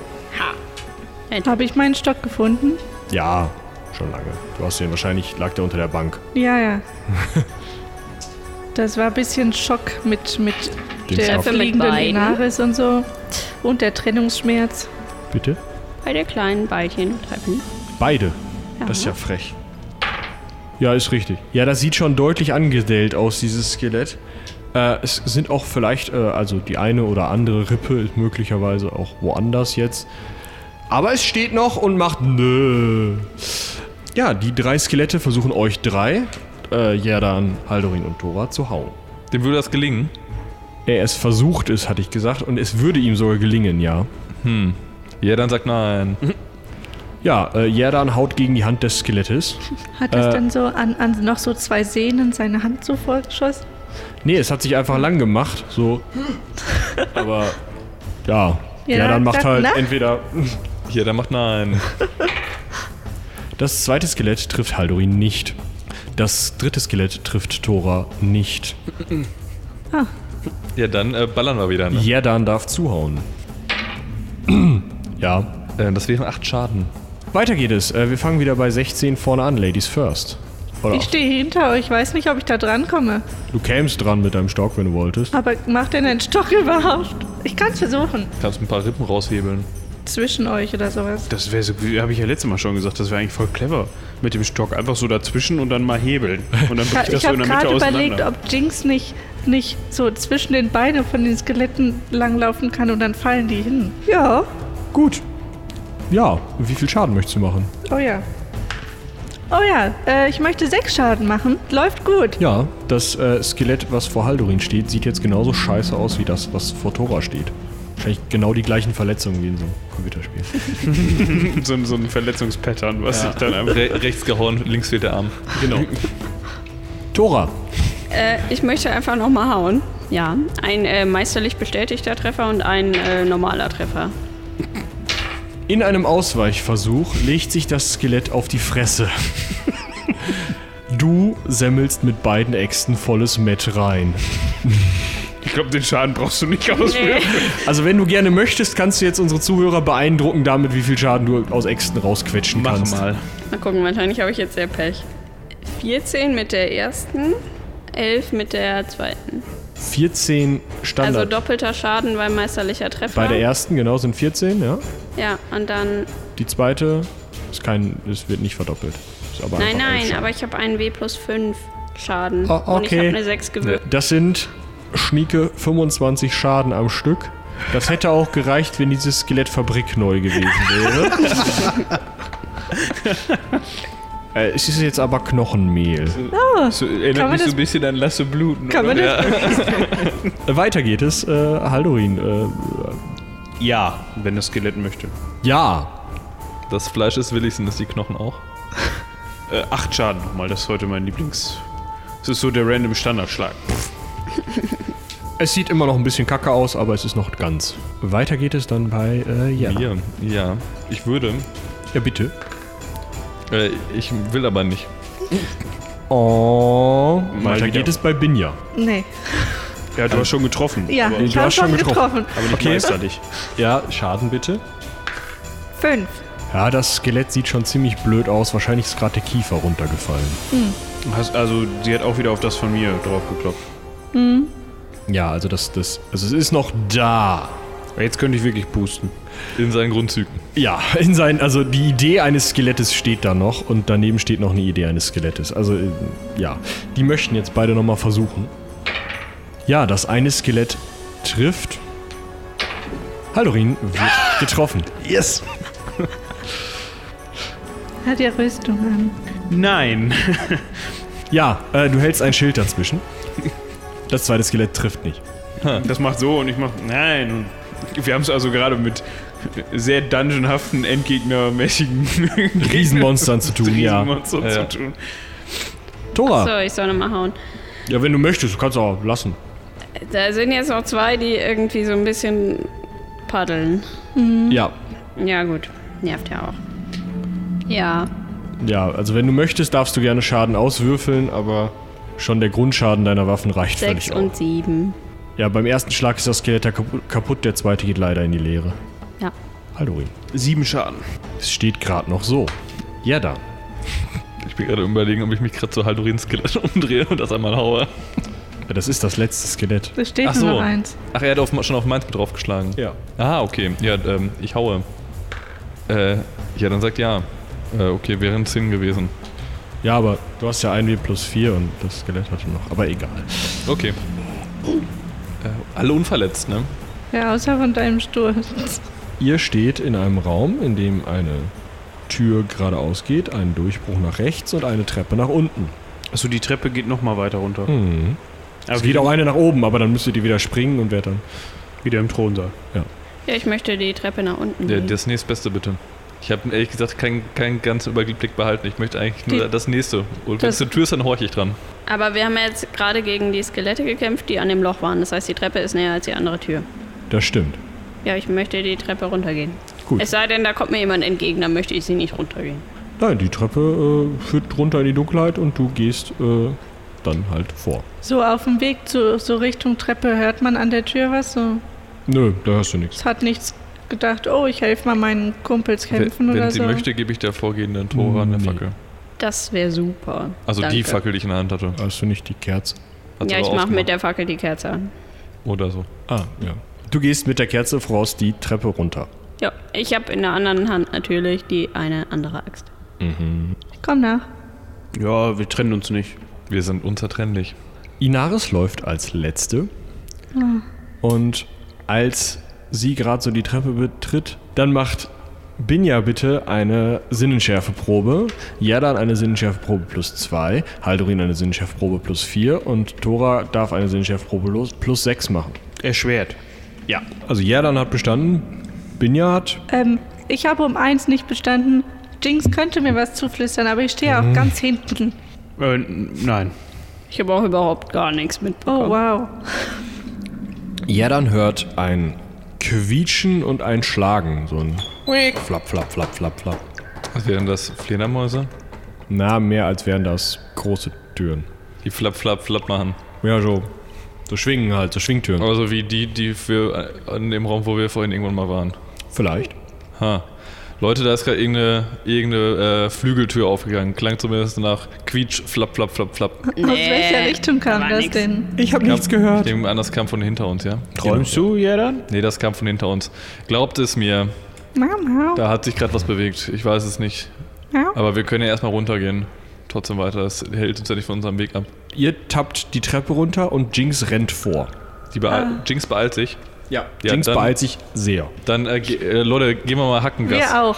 Speaker 5: Habe ich meinen Stock gefunden?
Speaker 7: Ja, schon lange. Du hast den wahrscheinlich, lag der unter der Bank.
Speaker 5: Ja, ja. Das war ein bisschen Schock mit, mit
Speaker 7: Den
Speaker 5: Der
Speaker 7: Schaft.
Speaker 2: Für mit
Speaker 5: fliegende
Speaker 2: beiden.
Speaker 5: Lenaris und so. Und der Trennungsschmerz.
Speaker 7: Bitte?
Speaker 2: Bei der kleinen Beilchen treffen.
Speaker 7: Beide. Das ist ja frech. Ja, ist richtig. Ja, das sieht schon deutlich angedellt aus, dieses Skelett. Äh, es sind auch vielleicht, äh, also die eine oder andere Rippe ist möglicherweise auch woanders jetzt. Aber es steht noch und macht nö. Ja, die drei Skelette versuchen euch drei, äh, Jerdan, Haldorin und Thora, zu hauen.
Speaker 4: Dem würde das gelingen.
Speaker 7: Er es versucht ist, hatte ich gesagt, und es würde ihm sogar gelingen, ja.
Speaker 4: Ja, dann sagt nein.
Speaker 7: Ja, äh, Jerdan haut gegen die Hand des Skelettes.
Speaker 5: Hat es dann so an, an noch so zwei Sehnen seine Hand so vorgeschossen?
Speaker 7: Nee, es hat sich einfach lang gemacht, so. Aber ja, ja,
Speaker 5: Hm. Ja,
Speaker 7: dann macht
Speaker 5: sag,
Speaker 7: halt
Speaker 5: ne?
Speaker 7: entweder
Speaker 4: Ja, dann macht nein.
Speaker 7: das zweite Skelett trifft Haldorin nicht. Das dritte Skelett trifft Thora nicht.
Speaker 4: Ja, dann äh, ballern wir wieder. Ne?
Speaker 7: Jerdan darf zuhauen. ja.
Speaker 4: Äh, das wären acht Schaden.
Speaker 7: Weiter geht es. Äh, Wir fangen wieder bei 16 vorne an, Ladies first. Oder
Speaker 5: Ich stehe hinter euch, weiß nicht, ob ich da drankomme.
Speaker 7: du kämst dran mit deinem Stock, wenn du wolltest.
Speaker 5: Aber macht denn ein Stock überhaupt? Ich kann es versuchen.
Speaker 4: Kannst ein paar Rippen raushebeln.
Speaker 5: Zwischen euch oder sowas.
Speaker 8: Das wäre so, habe ich ja letztes Mal schon gesagt, das wäre eigentlich voll clever. Mit dem Stock einfach so dazwischen und dann mal hebeln. Und dann bricht
Speaker 5: Ich,
Speaker 8: das so in
Speaker 5: habe
Speaker 8: der Mitte
Speaker 5: gerade
Speaker 8: auseinander.
Speaker 5: überlegt, ob Jinx nicht, nicht so zwischen den Beinen von den Skeletten langlaufen kann und dann fallen die hin. Ja.
Speaker 7: Gut. Ja, wie viel Schaden möchtest du machen?
Speaker 5: Oh ja. Oh ja, äh, ich möchte sechs Schaden machen. Läuft gut.
Speaker 7: Ja, das äh, Skelett, was vor Haldorin steht, sieht jetzt genauso scheiße aus wie das, was vor Tora steht. Wahrscheinlich genau die gleichen Verletzungen wie in so einem Computerspiel.
Speaker 8: so, ein- so ein Verletzungspattern, was ich dann einfach.
Speaker 4: Re rechts gehauen, links fehlt der Arm.
Speaker 8: Genau.
Speaker 7: Tora,
Speaker 2: Äh, ich möchte einfach nochmal hauen. Ja, ein äh, meisterlich bestätigter Treffer und ein äh, normaler Treffer.
Speaker 7: in einem Ausweichversuch legt sich das Skelett auf die Fresse. Du semmelst mit beiden Äxten volles Met rein.
Speaker 8: Ich glaube, den Schaden brauchst du nicht auswürfeln.
Speaker 7: Also wenn du gerne möchtest, kannst du jetzt unsere Zuhörer beeindrucken damit, wie viel Schaden du aus Äxten rausquetschen
Speaker 4: Mach
Speaker 7: kannst.
Speaker 4: mal.
Speaker 2: Mal gucken, wahrscheinlich habe ich jetzt sehr Pech. 14 mit der ersten, 11 mit der zweiten.
Speaker 7: 14 Standard.
Speaker 2: Also ne? doppelter Schaden bei meisterlicher Treffer.
Speaker 7: Bei der ersten genau sind 14, ja.
Speaker 2: Ja, und dann.
Speaker 7: Die zweite ist kein, es wird nicht verdoppelt. Ist aber
Speaker 2: Nein,
Speaker 7: einfach ein
Speaker 2: nein,
Speaker 7: Schaden.
Speaker 2: aber ich habe einen W plus 5 Schaden.
Speaker 7: Oh,
Speaker 2: Und ich
Speaker 7: okay.
Speaker 2: habe eine 6 gewürfelt.
Speaker 7: Das sind schnieke 25 Schaden am Stück. Das hätte auch gereicht, wenn dieses Skelettfabrik neu gewesen wäre. äh, es ist jetzt aber Knochenmehl.
Speaker 4: So, erinnert
Speaker 5: Kann man
Speaker 4: mich so
Speaker 5: das-
Speaker 4: ein bisschen an Lasse ne? Bluten.
Speaker 5: Kann man das?
Speaker 7: Äh, Weiter geht es. Äh, Haldorin. Äh,
Speaker 8: Ja, wenn das Skelett möchte.
Speaker 7: ja.
Speaker 4: Das Fleisch ist willig, sind das die Knochen auch?
Speaker 8: Äh, acht Schaden nochmal, das ist heute mein Lieblings. Das ist so der random Standardschlag.
Speaker 7: Es sieht immer noch ein bisschen kacke aus, aber es ist noch ganz. Weiter geht es dann bei. Äh, ja.
Speaker 4: Hier, ja. Ich würde.
Speaker 7: ja, bitte.
Speaker 4: Äh, ich will aber nicht.
Speaker 7: Oh. Weiter
Speaker 8: wieder.
Speaker 7: geht es bei Binja.
Speaker 5: Nee.
Speaker 8: Ja, du hast schon getroffen.
Speaker 5: Ja,
Speaker 8: aber,
Speaker 5: ich
Speaker 7: du
Speaker 5: habe
Speaker 7: hast schon
Speaker 5: schon getroffen.
Speaker 8: aber nicht
Speaker 7: Okay.
Speaker 8: meisterlich.
Speaker 7: Ja, Schaden bitte.
Speaker 5: Fünf.
Speaker 7: Ja, das Skelett sieht schon ziemlich blöd aus. Wahrscheinlich ist gerade der Kiefer runtergefallen.
Speaker 8: Hast, also, sie hat auch wieder auf das von mir drauf geklopft.
Speaker 7: Ja, also das, das, also es ist noch da.
Speaker 8: Jetzt könnte ich wirklich pusten.
Speaker 4: In seinen Grundzügen.
Speaker 7: Ja, in sein, also die Idee eines Skelettes steht da noch und daneben steht noch eine Idee eines Skelettes. Also äh, ja, die möchten jetzt beide nochmal versuchen. Ja, das eine Skelett trifft. Haldorin wird getroffen.
Speaker 8: Yes!
Speaker 5: Hat ja Rüstung an.
Speaker 8: Nein!
Speaker 7: Ja, äh, du hältst ein Schild dazwischen. Das zweite Skelett trifft nicht.
Speaker 8: Ah, Das macht so und ich mach. Nein! Wir haben es also gerade mit sehr dungeonhaften, endgegnermäßigen
Speaker 7: Riesenmonstern zu tun, ja.
Speaker 8: Riesenmonstern
Speaker 4: Ja.
Speaker 8: zu tun.
Speaker 7: Tora,
Speaker 2: So, ich soll nochmal hauen.
Speaker 7: ja, wenn du möchtest, du kannst auch lassen.
Speaker 2: Da sind jetzt noch zwei, die irgendwie so ein bisschen paddeln.
Speaker 7: Ja,
Speaker 2: Ja, gut. Nervt ja auch. Ja.
Speaker 7: Ja, also wenn du möchtest, darfst du gerne Schaden auswürfeln, aber schon der Grundschaden deiner Waffen reicht
Speaker 2: Sechs
Speaker 7: völlig
Speaker 2: und
Speaker 7: aus.
Speaker 2: sieben.
Speaker 7: Ja, beim ersten Schlag ist das Skelett ja kapu- kaputt, der zweite geht leider in die Leere.
Speaker 2: Ja.
Speaker 7: Hallorin.
Speaker 8: Sieben Schaden.
Speaker 7: Es steht gerade noch so. Ja, da.
Speaker 4: Ich bin gerade überlegen, ob ich mich gerade zu Haldorin Skelett umdrehe und das einmal haue.
Speaker 7: Das ist das letzte Skelett.
Speaker 5: Da steht
Speaker 4: Ach
Speaker 5: nur
Speaker 4: so.
Speaker 5: noch eins.
Speaker 4: Ach, er hat auf, schon auf meins mit draufgeschlagen.
Speaker 7: Ja.
Speaker 4: Ah, okay. Ja, ähm, ich haue. Äh, ja, dann sagt ja. Äh, okay, wäre ein Sinn gewesen.
Speaker 7: Ja, aber du hast ja 1W plus 4 und das Skelett hatte noch. Aber egal.
Speaker 4: Okay. Äh, alle unverletzt, ne?
Speaker 5: Ja, außer von deinem Sturz.
Speaker 7: Ihr steht in einem Raum, in dem eine Tür geradeaus geht, ein Durchbruch nach rechts und eine Treppe nach unten.
Speaker 8: Achso, die Treppe geht nochmal weiter runter. Aber
Speaker 7: Es geht
Speaker 8: wieder,
Speaker 7: auch eine nach oben, aber dann müsstet ihr wieder springen und wärt dann.
Speaker 8: wieder im Thronsaal.
Speaker 2: Ja, ich möchte die Treppe nach unten.
Speaker 4: Ja,
Speaker 2: gehen.
Speaker 4: das nächstbeste bitte. Ich habe ehrlich gesagt keinen keinen ganzen Überblick behalten. Ich möchte eigentlich nur
Speaker 5: Die-
Speaker 4: das nächste. Und wenn
Speaker 5: Das-
Speaker 4: es eine Tür ist, dann horche ich dran.
Speaker 2: Aber wir haben ja jetzt gerade gegen die Skelette gekämpft, die an dem Loch waren. Das heißt, die Treppe ist näher als die andere Tür.
Speaker 7: Das stimmt.
Speaker 2: Ja, ich möchte die Treppe runtergehen.
Speaker 7: Gut.
Speaker 2: Es sei denn, da kommt mir jemand entgegen, dann möchte ich sie nicht runtergehen.
Speaker 7: Nein, die Treppe äh, führt runter in die Dunkelheit und du gehst äh, dann halt vor.
Speaker 5: So auf dem Weg zu, so Richtung Treppe hört man an der Tür was. So.
Speaker 7: Nö, da hörst du nichts.
Speaker 5: Es hat nichts gedacht, oh, ich helfe mal meinen Kumpels kämpfen
Speaker 4: wenn
Speaker 5: oder
Speaker 4: wenn sie
Speaker 5: so.
Speaker 4: möchte, gebe ich der vorgehenden Tora eine
Speaker 7: Nee.
Speaker 4: Fackel.
Speaker 2: Das wäre super.
Speaker 4: Also die
Speaker 2: Danke.
Speaker 4: Fackel, die ich in der Hand hatte.
Speaker 7: Hast du nicht die Kerze?
Speaker 4: Hat sie
Speaker 2: Ja,
Speaker 4: aber
Speaker 2: ich mache
Speaker 4: ausgemacht.
Speaker 2: mit der Fackel die Kerze an.
Speaker 4: Oder so.
Speaker 7: Ah, ja. Du gehst mit der Kerze voraus die Treppe runter.
Speaker 2: Ja, ich habe in der anderen Hand natürlich die eine andere Axt.
Speaker 5: Ich komm nach.
Speaker 8: Ja, wir trennen uns nicht.
Speaker 4: Wir sind unzertrennlich.
Speaker 7: Inaris läuft als Letzte. Und als sie gerade so die Treppe betritt, dann macht Binja bitte eine Sinnenschärfeprobe. Jadan eine Sinnenschärfeprobe plus 2. Haldorin eine Sinnenschärfeprobe plus 4. Und Tora darf eine Sinnenschärfeprobe los- plus 6 machen.
Speaker 8: Erschwert.
Speaker 7: Ja. Also Jadan hat bestanden. Binja hat.
Speaker 5: Ähm, ich habe um eins nicht bestanden. Jinx könnte mir was zuflüstern, aber ich stehe auch ganz hinten.
Speaker 8: Äh, n- nein.
Speaker 2: Ich habe auch überhaupt gar nichts
Speaker 5: Oh,
Speaker 2: mitbekommen.
Speaker 5: wow.
Speaker 7: Jadan hört ein Quietschen und ein Schlagen. So ein Flap, flap, flap, flap, flap.
Speaker 4: Was wären das? Fledermäuse?
Speaker 7: Na, mehr als wären das große Türen.
Speaker 4: Die flap, flap, flap machen.
Speaker 7: Ja, so. So schwingen halt, so Schwingtüren.
Speaker 4: Also wie die, die wir äh, in dem Raum, wo wir vorhin irgendwann mal waren.
Speaker 7: Vielleicht.
Speaker 4: Ha. Leute, da ist gerade irgendeine, irgendeine äh, Flügeltür aufgegangen. Klang zumindest nach Quietsch, flap, flap, flap, flap.
Speaker 5: Aus welcher Richtung kam
Speaker 2: da war
Speaker 5: das
Speaker 2: nix.
Speaker 5: denn?
Speaker 7: Ich habe nichts
Speaker 4: Ich
Speaker 7: gehört.
Speaker 4: nehme an, das kam von hinter uns, ja?
Speaker 7: Genau.
Speaker 8: Träumst du, ja dann?
Speaker 4: Nee, das kam von hinter uns. Glaubt es mir,
Speaker 5: Mama.
Speaker 4: da hat sich gerade was bewegt. Ich weiß es nicht.
Speaker 5: Ja.
Speaker 4: Aber wir können ja erstmal runtergehen. Trotzdem weiter. Das hält uns ja nicht von unserem Weg ab.
Speaker 7: Ihr tappt die Treppe runter und Jinx rennt vor.
Speaker 4: Die beeil
Speaker 5: Ah.
Speaker 4: Jinx beeilt sich.
Speaker 7: Ja,
Speaker 4: Ja,
Speaker 7: Jinx
Speaker 4: dann-
Speaker 7: beeilt sich sehr.
Speaker 4: Dann, äh, ge- äh, Leute, gehen wir mal Hackengas.
Speaker 5: Wir auch.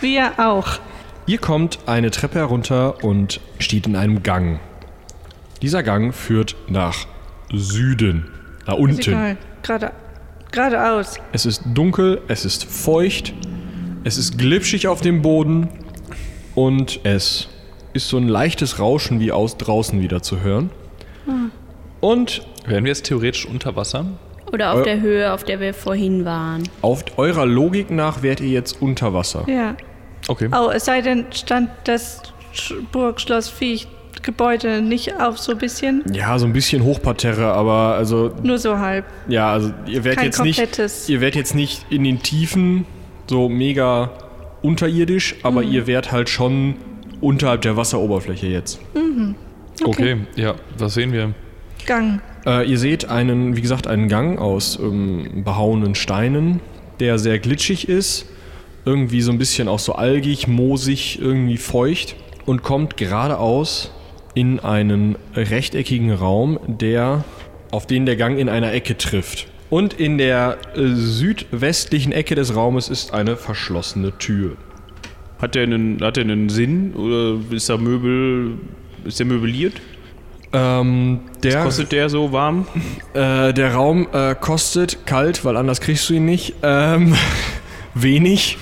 Speaker 5: Wir auch.
Speaker 7: Ihr kommt eine Treppe herunter und steht in einem Gang. Dieser Gang führt nach Süden, nach
Speaker 5: Ist
Speaker 7: unten.
Speaker 5: egal. Gerade, geradeaus.
Speaker 7: Es ist dunkel, es ist feucht, es ist glitschig auf dem Boden und es ist so ein leichtes Rauschen wie aus draußen wieder zu hören.
Speaker 5: Ah.
Speaker 7: Und
Speaker 4: Wären wir jetzt theoretisch unter Wasser?
Speaker 2: Oder auf
Speaker 7: Oh.
Speaker 2: der Höhe, auf der wir vorhin waren.
Speaker 7: Auf eurer Logik nach wärt ihr jetzt unter Wasser.
Speaker 5: Ja.
Speaker 4: Okay.
Speaker 5: Oh, es sei denn, stand das Sch- Burg, Schloss, Viech, Gebäude nicht auf so ein bisschen?
Speaker 7: Ja, so ein bisschen Hochparterre, aber also
Speaker 5: Nur so halb.
Speaker 7: ja, also ihr werdet
Speaker 5: Kein
Speaker 7: jetzt nicht
Speaker 5: komplettes.
Speaker 7: ihr werdet jetzt nicht in den Tiefen so mega unterirdisch, aber
Speaker 5: Mhm.
Speaker 7: ihr wärt halt schon unterhalb der Wasseroberfläche jetzt.
Speaker 4: okay. ja. Was sehen wir?
Speaker 5: Gang.
Speaker 7: Äh, ihr seht einen, wie gesagt, einen Gang aus ähm, behauenen Steinen, der sehr glitschig ist, irgendwie so ein bisschen auch so algig, moosig, irgendwie feucht und kommt geradeaus in einen rechteckigen Raum, der auf den der Gang in einer Ecke trifft. Und in der äh, südwestlichen Ecke des Raumes ist eine verschlossene Tür.
Speaker 8: Hat der einen, hat der einen Sinn? Oder ist da Möbel. Ist der möbliert?
Speaker 7: Ähm, der
Speaker 8: Kostet der so warm?
Speaker 7: Äh, der Raum äh, kostet kalt, weil anders kriegst du ihn nicht. Ähm, wenig,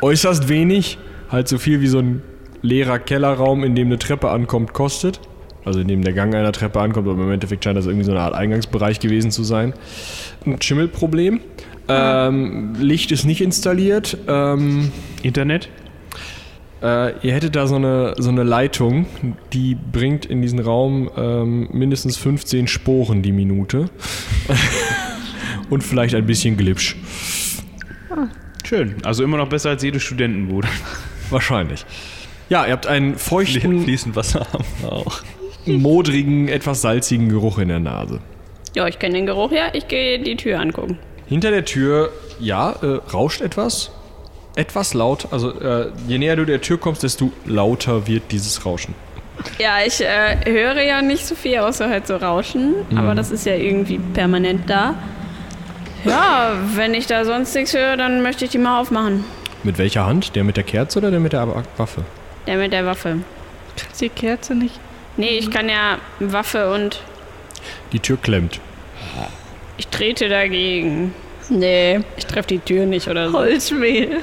Speaker 7: äußerst wenig. Halt so viel wie so ein leerer Kellerraum, in dem eine Treppe ankommt, kostet. Also in dem der Gang einer Treppe ankommt, aber im Endeffekt scheint das irgendwie so eine Art Eingangsbereich gewesen zu sein. Ein Schimmelproblem. Ähm, Licht ist nicht installiert. Ähm,
Speaker 8: Internet?
Speaker 7: äh, ihr hättet da so eine, so eine Leitung, die bringt in diesen Raum ähm, mindestens 15 Sporen die Minute. Und vielleicht ein bisschen Glitsch.
Speaker 8: Schön. Also immer noch besser als jede Studentenbude.
Speaker 7: Wahrscheinlich. Ja, ihr habt einen feuchten,
Speaker 4: Fließend Wasser haben wir auch.
Speaker 7: modrigen, etwas salzigen Geruch in der Nase.
Speaker 2: Ja, ich kenne den Geruch ja. Ich gehe die Tür angucken.
Speaker 7: Hinter der Tür, ja, äh, rauscht etwas. Etwas laut. Also äh, je näher du der Tür kommst, desto lauter wird dieses Rauschen.
Speaker 2: Ja, ich äh, höre ja nicht so viel, außer halt so Rauschen. Aber das ist ja irgendwie permanent da. Ja, wenn ich da sonst nichts höre, dann möchte ich die mal aufmachen.
Speaker 7: Mit welcher Hand? Der mit der Kerze oder der mit der Waffe?
Speaker 2: Der mit der Waffe.
Speaker 5: Kriegst die Kerze nicht?
Speaker 2: Nee, ich kann ja Waffe und
Speaker 7: Die Tür klemmt.
Speaker 2: ich trete dagegen. Nee, ich treffe die Tür nicht oder so.
Speaker 5: Holzmehl.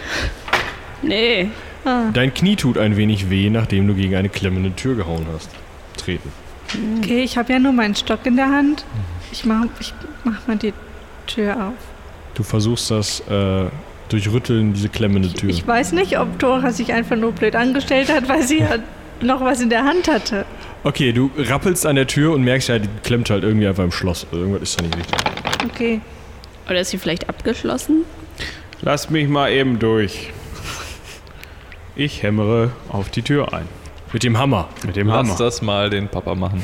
Speaker 2: Nee,
Speaker 7: Dein Knie tut ein wenig weh, nachdem du gegen eine klemmende Tür gehauen hast. Treten.
Speaker 5: Okay, ich habe ja nur meinen Stock in der Hand. Ich mach, ich mach mal die Tür auf.
Speaker 7: Du versuchst das äh, durch Rütteln, diese klemmende Tür.
Speaker 5: Ich weiß nicht, ob Dora sich einfach nur blöd angestellt hat, weil sie ja noch was in der Hand hatte.
Speaker 7: Okay, du rappelst an der Tür und merkst ja, die klemmt halt irgendwie einfach im Schloss. Also irgendwas ist da nicht richtig.
Speaker 5: Okay.
Speaker 2: Oder ist sie vielleicht abgeschlossen?
Speaker 8: Lasst mich mal eben durch. Ich hämmere auf die Tür ein.
Speaker 7: Mit dem Hammer.
Speaker 8: Mit dem
Speaker 4: Lass
Speaker 8: Hammer.
Speaker 4: das mal den Papa machen.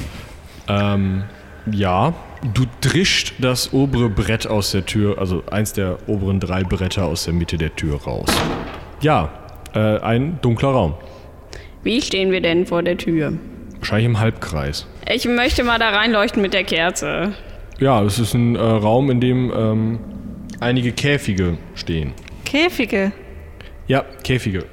Speaker 7: Ähm, ja. Du drischst das obere Brett aus der Tür, also eins der oberen drei Bretter aus der Mitte der Tür raus. Ja, äh, ein dunkler Raum.
Speaker 2: Wie stehen wir denn vor der Tür?
Speaker 7: Wahrscheinlich im Halbkreis.
Speaker 2: Ich möchte mal da reinleuchten mit der Kerze.
Speaker 7: Ja, es ist ein äh, Raum, in dem ähm, einige Käfige stehen.
Speaker 5: Käfige.
Speaker 7: Ja, Käfige.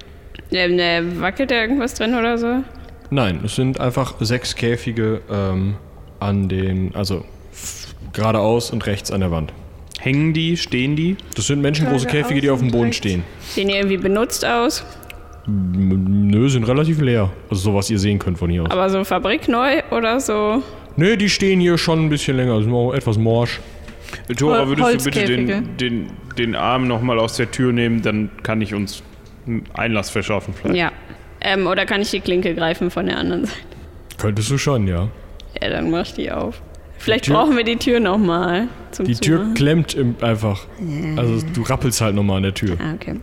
Speaker 2: Ähm, äh, wackelt da irgendwas drin oder so?
Speaker 7: Nein, es sind einfach sechs Käfige ähm, an den, also f- geradeaus und rechts an der Wand.
Speaker 8: Hängen die? Stehen die?
Speaker 7: Das sind menschengroße
Speaker 5: Geradeaus
Speaker 7: Käfige, die auf dem
Speaker 5: und
Speaker 7: Boden
Speaker 5: rechts.
Speaker 7: stehen.
Speaker 2: Sehen die irgendwie benutzt aus?
Speaker 7: M- Nö, sind relativ leer. Also so, was ihr sehen könnt von hier aus.
Speaker 2: Aber so fabrikneu oder so?
Speaker 7: Nö, die stehen hier schon ein bisschen länger, sind auch etwas morsch.
Speaker 8: Äh, Tora,
Speaker 5: Hol-
Speaker 8: würdest du bitte
Speaker 5: Holzkäfige.
Speaker 8: den, den, den Arm nochmal aus der Tür nehmen? Dann kann ich uns einen Einlass verschaffen. Vielleicht.
Speaker 2: Ja. Ähm, oder kann ich die Klinke greifen von der anderen Seite?
Speaker 7: Könntest du schon, ja.
Speaker 2: Ja, dann mach ich die auf. Vielleicht
Speaker 7: Die Tür-
Speaker 2: brauchen wir die Tür nochmal.
Speaker 7: Die Tür klemmt im, einfach. Also du rappelst halt nochmal an der Tür.
Speaker 2: Ah, okay.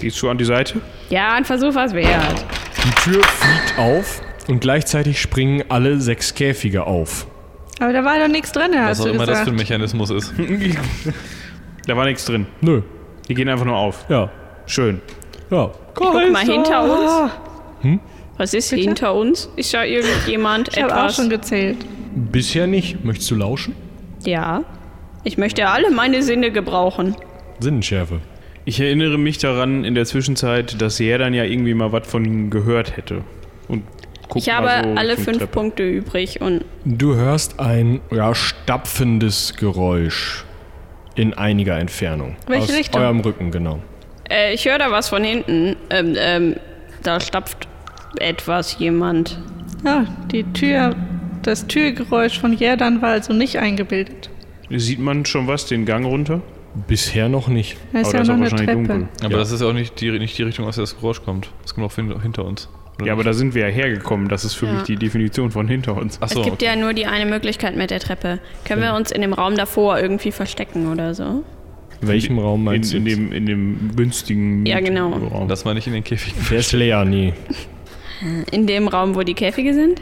Speaker 8: Gehst du an die Seite?
Speaker 2: Ja, ein Versuch war's wert.
Speaker 7: Die Tür fliegt auf und gleichzeitig springen alle sechs Käfige auf.
Speaker 5: Aber da war doch nichts drin,
Speaker 4: Was
Speaker 5: hast
Speaker 4: auch
Speaker 5: du
Speaker 4: immer das
Speaker 5: gesagt.
Speaker 4: für ein Mechanismus ist.
Speaker 8: Da war nichts drin.
Speaker 7: Nö,
Speaker 8: Die gehen einfach nur auf.
Speaker 7: ja,
Speaker 8: Schön.
Speaker 7: ja.
Speaker 2: Guck mal hinter
Speaker 5: Oh,
Speaker 2: uns. Was ist
Speaker 5: Bitte?
Speaker 2: hinter uns? Ist da irgendjemand
Speaker 5: ich habe auch
Speaker 2: etwas?
Speaker 5: schon gezählt.
Speaker 7: Bisher nicht. Möchtest du lauschen?
Speaker 2: ja. Ich möchte alle meine Sinne gebrauchen.
Speaker 7: Sinnenschärfe.
Speaker 8: Ich erinnere mich daran in der Zwischenzeit, dass Jerdan ja irgendwie mal was von ihm gehört hätte. Und guck
Speaker 2: ich habe
Speaker 8: mal so
Speaker 2: alle
Speaker 8: Richtung
Speaker 2: fünf
Speaker 8: Also Treppe.
Speaker 2: Punkte übrig und
Speaker 7: Du hörst ein ja, stapfendes Geräusch in einiger Entfernung.
Speaker 5: Welche
Speaker 7: Aus
Speaker 5: Richtung?
Speaker 7: eurem Rücken, genau.
Speaker 2: äh, ich höre da was von hinten. Ähm, ähm, da stapft etwas jemand.
Speaker 5: Ja, Ah, die Tür, das Türgeräusch von Jerdan war also nicht eingebildet.
Speaker 8: Sieht man schon was, den Gang runter?
Speaker 7: Bisher noch nicht.
Speaker 5: Da ist
Speaker 8: Aber
Speaker 5: ja
Speaker 8: da
Speaker 5: noch eine
Speaker 8: ist auch
Speaker 5: Treppe.
Speaker 8: wahrscheinlich dunkel.
Speaker 4: Aber
Speaker 7: Ja.
Speaker 4: das ist auch nicht die, nicht die Richtung, aus der das Geräusch kommt. Das kommt auch hin, hinter uns.
Speaker 8: Ja, aber da sind wir ja hergekommen. Das ist für mich die Definition von hinter uns.
Speaker 4: Achso,
Speaker 2: es gibt
Speaker 4: okay.
Speaker 2: ja nur die eine Möglichkeit mit der Treppe. Können wir uns in dem Raum davor irgendwie verstecken oder so?
Speaker 7: In welchem Raum
Speaker 8: in,
Speaker 7: meinst
Speaker 8: in,
Speaker 7: du? jetzt?
Speaker 8: dem, in dem günstigen
Speaker 2: Ja, genau.
Speaker 8: Raum.
Speaker 4: lass mal nicht in den Käfig.
Speaker 7: Der ist leer, nee.
Speaker 2: In dem Raum, wo die Käfige sind?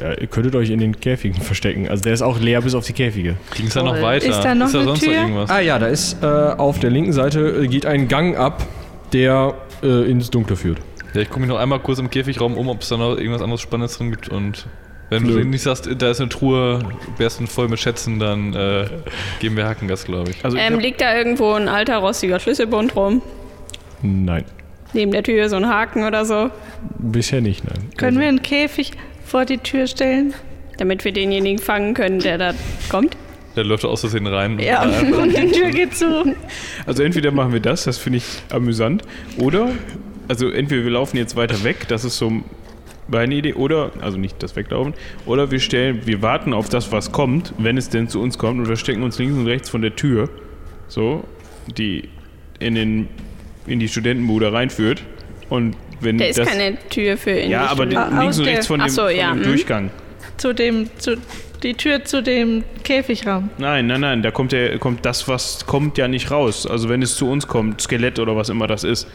Speaker 7: Ja, Äh, ihr könntet euch in den Käfigen verstecken. Also der ist auch leer bis auf die Käfige.
Speaker 4: Ging es da noch weiter?
Speaker 5: Ist da noch eine
Speaker 4: sonst
Speaker 5: Tür?
Speaker 4: noch irgendwas?
Speaker 7: Ah ja, da ist äh, auf der linken Seite äh, geht ein Gang ab, der äh, ins Dunkle führt.
Speaker 4: Ja, ich gucke mich noch einmal kurz im Käfigraum um, ob es da noch irgendwas anderes Spannendes drin gibt. Und wenn
Speaker 7: Nö.
Speaker 4: du nicht sagst, da ist eine Truhe, wärst du voll mit Schätzen, dann äh, geben wir Hackengas, glaube ich.
Speaker 8: Also ich
Speaker 2: Ähm,
Speaker 8: hab,
Speaker 2: liegt da irgendwo ein alter rostiger Schlüsselbund rum?
Speaker 7: Nein,
Speaker 2: Neben der Tür so ein Haken oder so,
Speaker 7: bisher nicht, nein.
Speaker 5: Können
Speaker 8: Also
Speaker 5: wir einen Käfig vor die Tür stellen?
Speaker 2: damit wir denjenigen fangen können, der da kommt.
Speaker 4: Der läuft aus Versehen rein.
Speaker 5: Ja, und die Tür geht zu.
Speaker 8: also entweder machen wir das, das finde ich amüsant, oder also entweder wir laufen jetzt weiter weg, das ist so meine Idee, oder also nicht das Weglaufen, oder wir stellen, wir warten auf das, was kommt, wenn es denn zu uns kommt, und verstecken uns links und rechts von der Tür, so die in den in die Studentenbude reinführt und wenn
Speaker 2: Da ist
Speaker 8: das
Speaker 2: keine Tür für ihn.
Speaker 8: ja, aber die,
Speaker 5: Ah,
Speaker 8: links
Speaker 5: aus
Speaker 8: und
Speaker 5: der-
Speaker 8: rechts von dem,
Speaker 2: Ach so,
Speaker 8: von
Speaker 2: ja,
Speaker 8: dem
Speaker 2: mhm.
Speaker 8: Durchgang.
Speaker 5: Zu dem, zu, die Tür zu dem Käfigraum.
Speaker 8: Nein, nein, nein, da kommt, der, kommt das, was kommt, ja nicht raus. Also wenn es zu uns kommt, Skelett oder was immer das ist.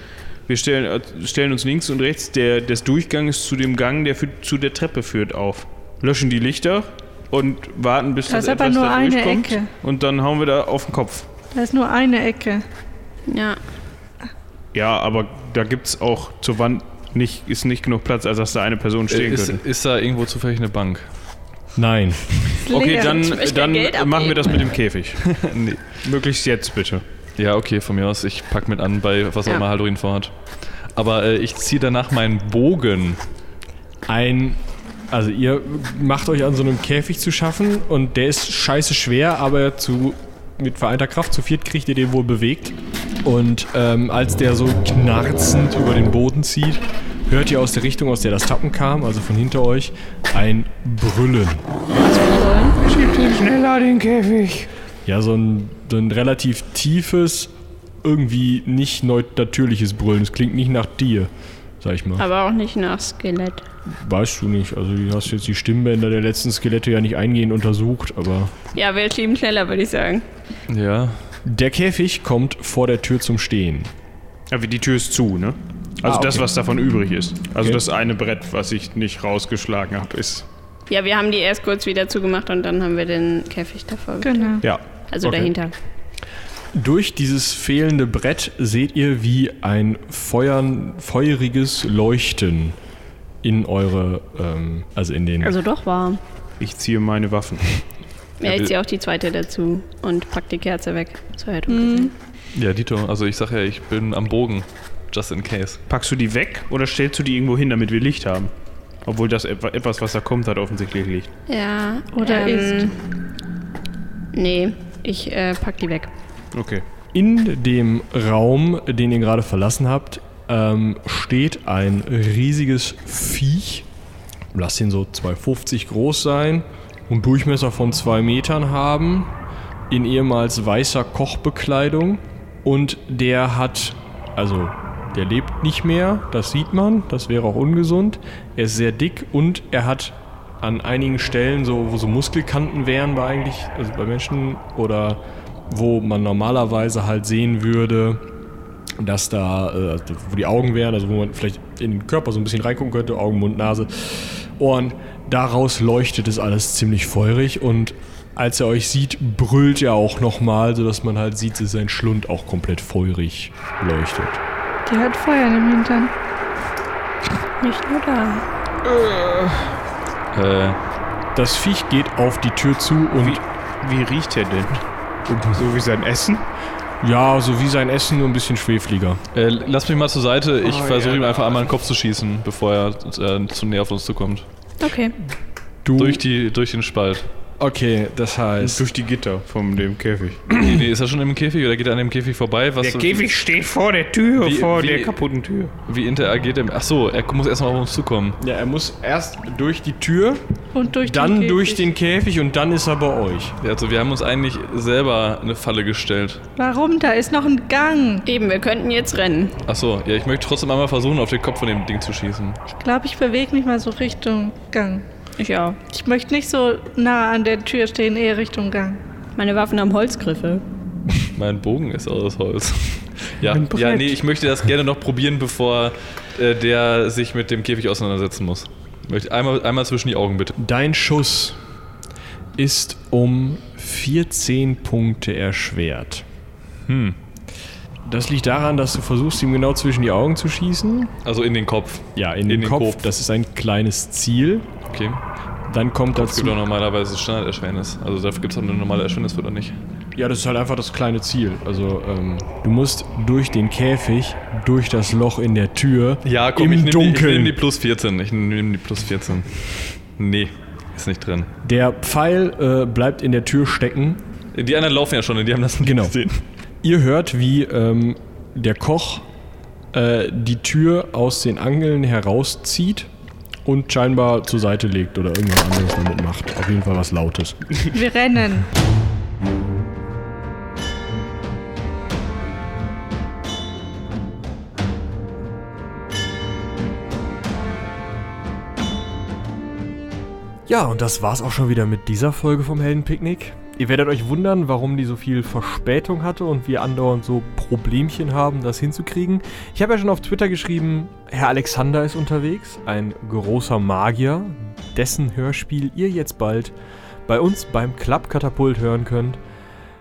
Speaker 8: Wir stellen, äh, stellen uns links und rechts der, des Durchganges zu dem Gang, der für, zu der Treppe führt, auf. löschen die Lichter und warten, bis
Speaker 5: Da
Speaker 8: das,
Speaker 5: ist aber
Speaker 8: etwas
Speaker 5: nur
Speaker 8: da
Speaker 5: eine
Speaker 8: durchkommt.
Speaker 5: Ecke.
Speaker 8: Und dann hauen wir da auf den Kopf.
Speaker 5: Da ist nur eine Ecke.
Speaker 2: Ja.
Speaker 8: Ja, aber da gibt's auch zur Wand nicht, ist nicht genug Platz, als dass da eine Person stehen
Speaker 4: Äh, Ist,
Speaker 8: könnte.
Speaker 4: ist da irgendwo zufällig eine Bank?
Speaker 7: Nein.
Speaker 8: Okay, dann,
Speaker 2: Ich möchte
Speaker 8: dann
Speaker 2: Geld
Speaker 8: machen wir das mit
Speaker 2: abheben.
Speaker 8: dem Käfig.
Speaker 4: Nee.
Speaker 8: Möglichst jetzt bitte.
Speaker 4: Ja, okay, von mir aus. Ich pack mit an, bei was auch
Speaker 2: Ja.
Speaker 4: immer Haldorin vorhat. Aber äh, ich ziehe danach meinen Bogen.
Speaker 7: Ein. Also ihr macht euch an so einem Käfig zu schaffen und der ist scheiße schwer, aber zu mit vereinter Kraft zu viert kriegt ihr den wohl bewegt. Und ähm, als der so knarzend über den Boden zieht, hört ihr aus der Richtung, aus der das Tappen kam, also von hinter euch, ein Brüllen.
Speaker 8: Schneller den Käfig.
Speaker 7: Ja, so ein, so ein relativ tiefes, irgendwie nicht neut natürliches Brüllen. Es klingt nicht nach dir, sag ich mal.
Speaker 2: Aber auch nicht nach Skelett.
Speaker 7: Weißt du nicht. Also du hast jetzt die Stimmbänder der letzten Skelette ja nicht eingehend untersucht, aber...
Speaker 2: Ja, wir schieben schneller, würde ich sagen.
Speaker 4: Ja.
Speaker 7: Der Käfig kommt vor der Tür zum Stehen.
Speaker 8: Aber die Tür ist zu, ne? Also
Speaker 7: Ah,
Speaker 8: das,
Speaker 7: okay.
Speaker 8: was davon übrig ist. Also
Speaker 7: Okay.
Speaker 8: das eine Brett, was ich nicht rausgeschlagen habe, ist.
Speaker 2: Ja, wir haben die erst kurz wieder zugemacht und dann haben wir den Käfig davor.
Speaker 5: Genau.
Speaker 8: Ja.
Speaker 2: Also
Speaker 7: Okay.
Speaker 2: dahinter.
Speaker 7: Durch dieses fehlende Brett seht ihr, wie ein feuern, feuriges Leuchten in eure, ähm, also in den...
Speaker 2: Also doch warm.
Speaker 8: Ich ziehe meine Waffen.
Speaker 2: Ja,
Speaker 4: Ja,
Speaker 2: ich
Speaker 4: wir-
Speaker 2: ziehe auch die zweite dazu und pack die Kerze weg. So hätte mhm.
Speaker 4: Ja, Dito. Also ich sag ja, ich bin am Bogen. Just in case.
Speaker 8: Packst du die weg oder stellst du die irgendwo hin, damit wir Licht haben? Obwohl das etwa- etwas, was da kommt, hat offensichtlich Licht.
Speaker 2: Hm. Ja.
Speaker 5: Oder
Speaker 2: ähm, Nee, ich äh, pack die weg.
Speaker 8: Okay.
Speaker 7: In dem Raum, den ihr gerade verlassen habt, ähm, steht ein riesiges Viech. Lasst ihn so 2,50 groß sein und Durchmesser von 2 Metern haben. In ehemals weißer Kochbekleidung. Und der hat, also der lebt nicht mehr, das sieht man, das wäre auch ungesund. Er ist sehr dick und er hat an einigen Stellen, so, wo so Muskelkanten wären bei eigentlich, also bei Menschen oder wo man normalerweise halt sehen würde, dass da, äh, wo die Augen wären, also wo man vielleicht in den Körper so ein bisschen reingucken könnte, Augen, Mund, Nase, Ohren, daraus leuchtet es alles ziemlich feurig und als er euch sieht, brüllt er auch nochmal, sodass man halt sieht, dass sein Schlund auch komplett feurig leuchtet.
Speaker 5: Die hat Feuer im Hintern. Nicht nur da.
Speaker 4: Äh,
Speaker 7: Das Viech geht auf die Tür zu und
Speaker 8: Wie riecht er denn? So wie sein Essen?
Speaker 7: ja, so wie sein Essen nur ein bisschen schwefliger.
Speaker 4: äh, lass mich mal zur Seite. Ich
Speaker 8: Oh,
Speaker 4: versuche
Speaker 8: ja.
Speaker 4: ihm einfach einmal in den Kopf zu schießen, bevor er äh, zu näher auf uns zukommt.
Speaker 2: Okay.
Speaker 7: Du,
Speaker 4: Durch, die, durch den Spalt.
Speaker 7: okay, das heißt,
Speaker 8: Durch die Gitter von dem Käfig.
Speaker 4: nee, nee, ist er schon im Käfig oder geht er an dem Käfig vorbei? Was
Speaker 8: Der Käfig steht vor der Tür,
Speaker 4: Wie-
Speaker 8: vor
Speaker 4: wie-
Speaker 8: der kaputten Tür.
Speaker 4: Wie interagiert er? Achso, er muss erstmal auf uns zukommen.
Speaker 7: ja, er muss erst durch die Tür,
Speaker 5: Und durch
Speaker 7: dann
Speaker 5: den
Speaker 7: durch
Speaker 5: Käfig.
Speaker 7: den Käfig und dann ist er bei euch.
Speaker 4: Ja, Also wir haben uns eigentlich selber eine Falle gestellt.
Speaker 5: Warum? Da ist noch ein Gang.
Speaker 2: Eben, wir könnten jetzt rennen.
Speaker 4: Achso, ja, ich möchte trotzdem einmal versuchen, auf den Kopf von dem Ding zu schießen.
Speaker 5: Ich glaube, ich bewege mich mal so Richtung Gang.
Speaker 2: Ich auch.
Speaker 5: Ich möchte nicht so nah an der Tür stehen, eher Richtung Gang.
Speaker 2: Meine Waffen haben Holzgriffe.
Speaker 4: Mein Bogen ist aus Holz. Ja,
Speaker 8: Ein Brett.
Speaker 4: ja, nee, ich möchte das gerne noch probieren, bevor äh, der sich mit dem Käfig auseinandersetzen muss. Möchte einmal, einmal zwischen die Augen bitte.
Speaker 7: Dein Schuss ist um 14 Punkte erschwert. Hm. Das liegt daran, dass du versuchst, ihm genau zwischen die Augen zu schießen.
Speaker 4: Also in den Kopf.
Speaker 7: Ja, in,
Speaker 4: In
Speaker 7: den,
Speaker 4: den
Speaker 7: Kopf.
Speaker 4: Kopf.
Speaker 7: Das ist ein kleines Ziel.
Speaker 4: Okay.
Speaker 7: Dann kommt
Speaker 4: Es
Speaker 7: dazu.
Speaker 4: gibt auch normalerweise Standarderschwernis. Also dafür gibt es auch eine normale Erschwernis, oder nicht?
Speaker 7: Ja, das ist halt einfach das kleine Ziel. Also, ähm, du musst durch den Käfig, durch das Loch in der Tür,
Speaker 4: Ja, komm,
Speaker 7: im
Speaker 4: ich nehme die, ich
Speaker 7: Dunkeln.
Speaker 4: nehm die plus 14. Ich nehme die plus 14. Nee, ist nicht drin.
Speaker 7: der Pfeil äh, bleibt in der Tür stecken
Speaker 4: Die anderen laufen ja schon, die haben das nicht
Speaker 7: Genau.
Speaker 4: gesehen.
Speaker 7: Ihr hört, wie ähm, der Koch äh, die Tür aus den Angeln herauszieht und scheinbar zur Seite legt oder irgendwas anderes damit macht. Auf jeden Fall was Lautes.
Speaker 5: Wir rennen.
Speaker 7: Ja, und das war's auch schon wieder mit dieser Folge vom Heldenpicknick. Ihr werdet euch wundern, warum die so viel Verspätung hatte und wir andauernd so Problemchen haben, das hinzukriegen. Ich habe ja schon auf Twitter geschrieben, Herr Alexander ist unterwegs, ein großer Magier,
Speaker 1: dessen Hörspiel ihr jetzt bald bei uns beim Klappkatapult hören könnt.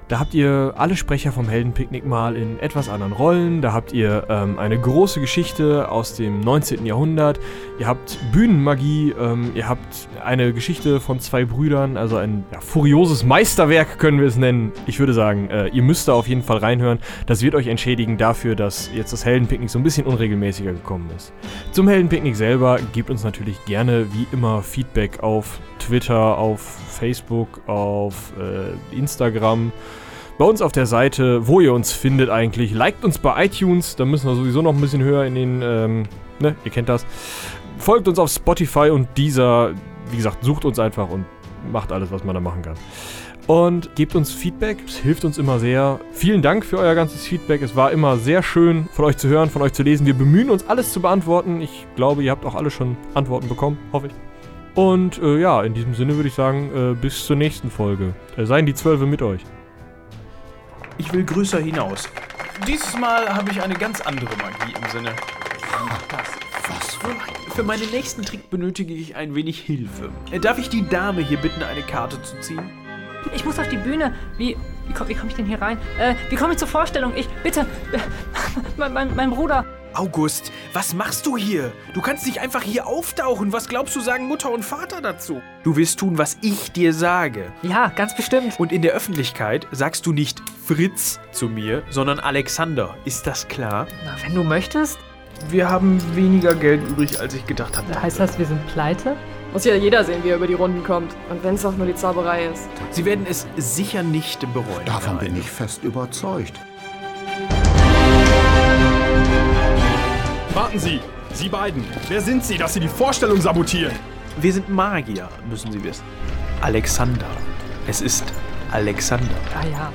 Speaker 1: Da habt ihr alle Sprecher vom Heldenpicknick mal in etwas anderen Rollen. Da habt ihr ähm, eine große Geschichte aus dem 19. Jahrhundert. Ihr habt Bühnenmagie. Ähm, ihr habt eine Geschichte von zwei Brüdern. Also ein ja, furioses Meisterwerk können wir es nennen. Ich würde sagen, äh, ihr müsst da auf jeden Fall reinhören. Das wird euch entschädigen dafür, dass jetzt das Heldenpicknick so ein bisschen unregelmäßiger gekommen ist. Zum Heldenpicknick selber gebt uns natürlich gerne wie immer Feedback auf Twitter, auf Facebook, auf äh, Instagram bei uns auf der Seite, wo ihr uns findet eigentlich. Liked uns bei iTunes, da müssen wir sowieso noch ein bisschen höher in den, ähm, ne, ihr kennt das. Folgt uns auf Spotify und dieser, wie gesagt, sucht uns einfach und macht alles, was man da machen kann. Und gebt uns Feedback, es hilft uns immer sehr. Vielen Dank für euer ganzes Feedback, es war immer sehr schön von euch zu hören, von euch zu lesen. Wir bemühen uns alles zu beantworten. Ich glaube, ihr habt auch alle schon Antworten bekommen, hoffe ich. Und äh, ja, in diesem Sinne würde ich sagen, äh, bis zur nächsten Folge. Äh, seien die Zwölfe mit euch.
Speaker 3: Ich will größer hinaus. Dieses Mal habe ich eine ganz andere Magie im Sinne. Was für ein... Für meinen nächsten Trick benötige ich ein wenig Hilfe. Äh, Darf ich die Dame hier bitten, eine Karte zu ziehen?
Speaker 9: Ich muss auf die Bühne. Wie, wie komme wie komm ich denn hier rein? Äh, wie komme ich zur Vorstellung? Ich, bitte, äh, mein, mein, mein Bruder.
Speaker 3: August, was machst du hier? Du kannst nicht einfach hier auftauchen. Was glaubst du, sagen Mutter und Vater dazu? Du wirst tun, was ich dir sage.
Speaker 9: Ja, ganz bestimmt.
Speaker 3: Und in der Öffentlichkeit sagst du nicht Fritz zu mir, sondern Alexander. Ist das klar?
Speaker 9: Na, wenn du möchtest.
Speaker 3: Wir haben weniger Geld übrig, als ich gedacht habe.
Speaker 9: Heißt das, wir sind pleite?
Speaker 10: Muss ja jeder sehen, wie er über die Runden kommt. Und wenn es auch nur die Zauberei ist.
Speaker 3: Sie werden es sicher nicht bereuen.
Speaker 11: Davon
Speaker 3: Nein.
Speaker 11: bin ich fest überzeugt.
Speaker 12: Warten Sie! Sie beiden! Wer sind Sie, dass Sie die Vorstellung sabotieren?
Speaker 3: Wir sind Magier, müssen Sie wissen. Alexander. Es ist Alexander.
Speaker 9: Ja, ja.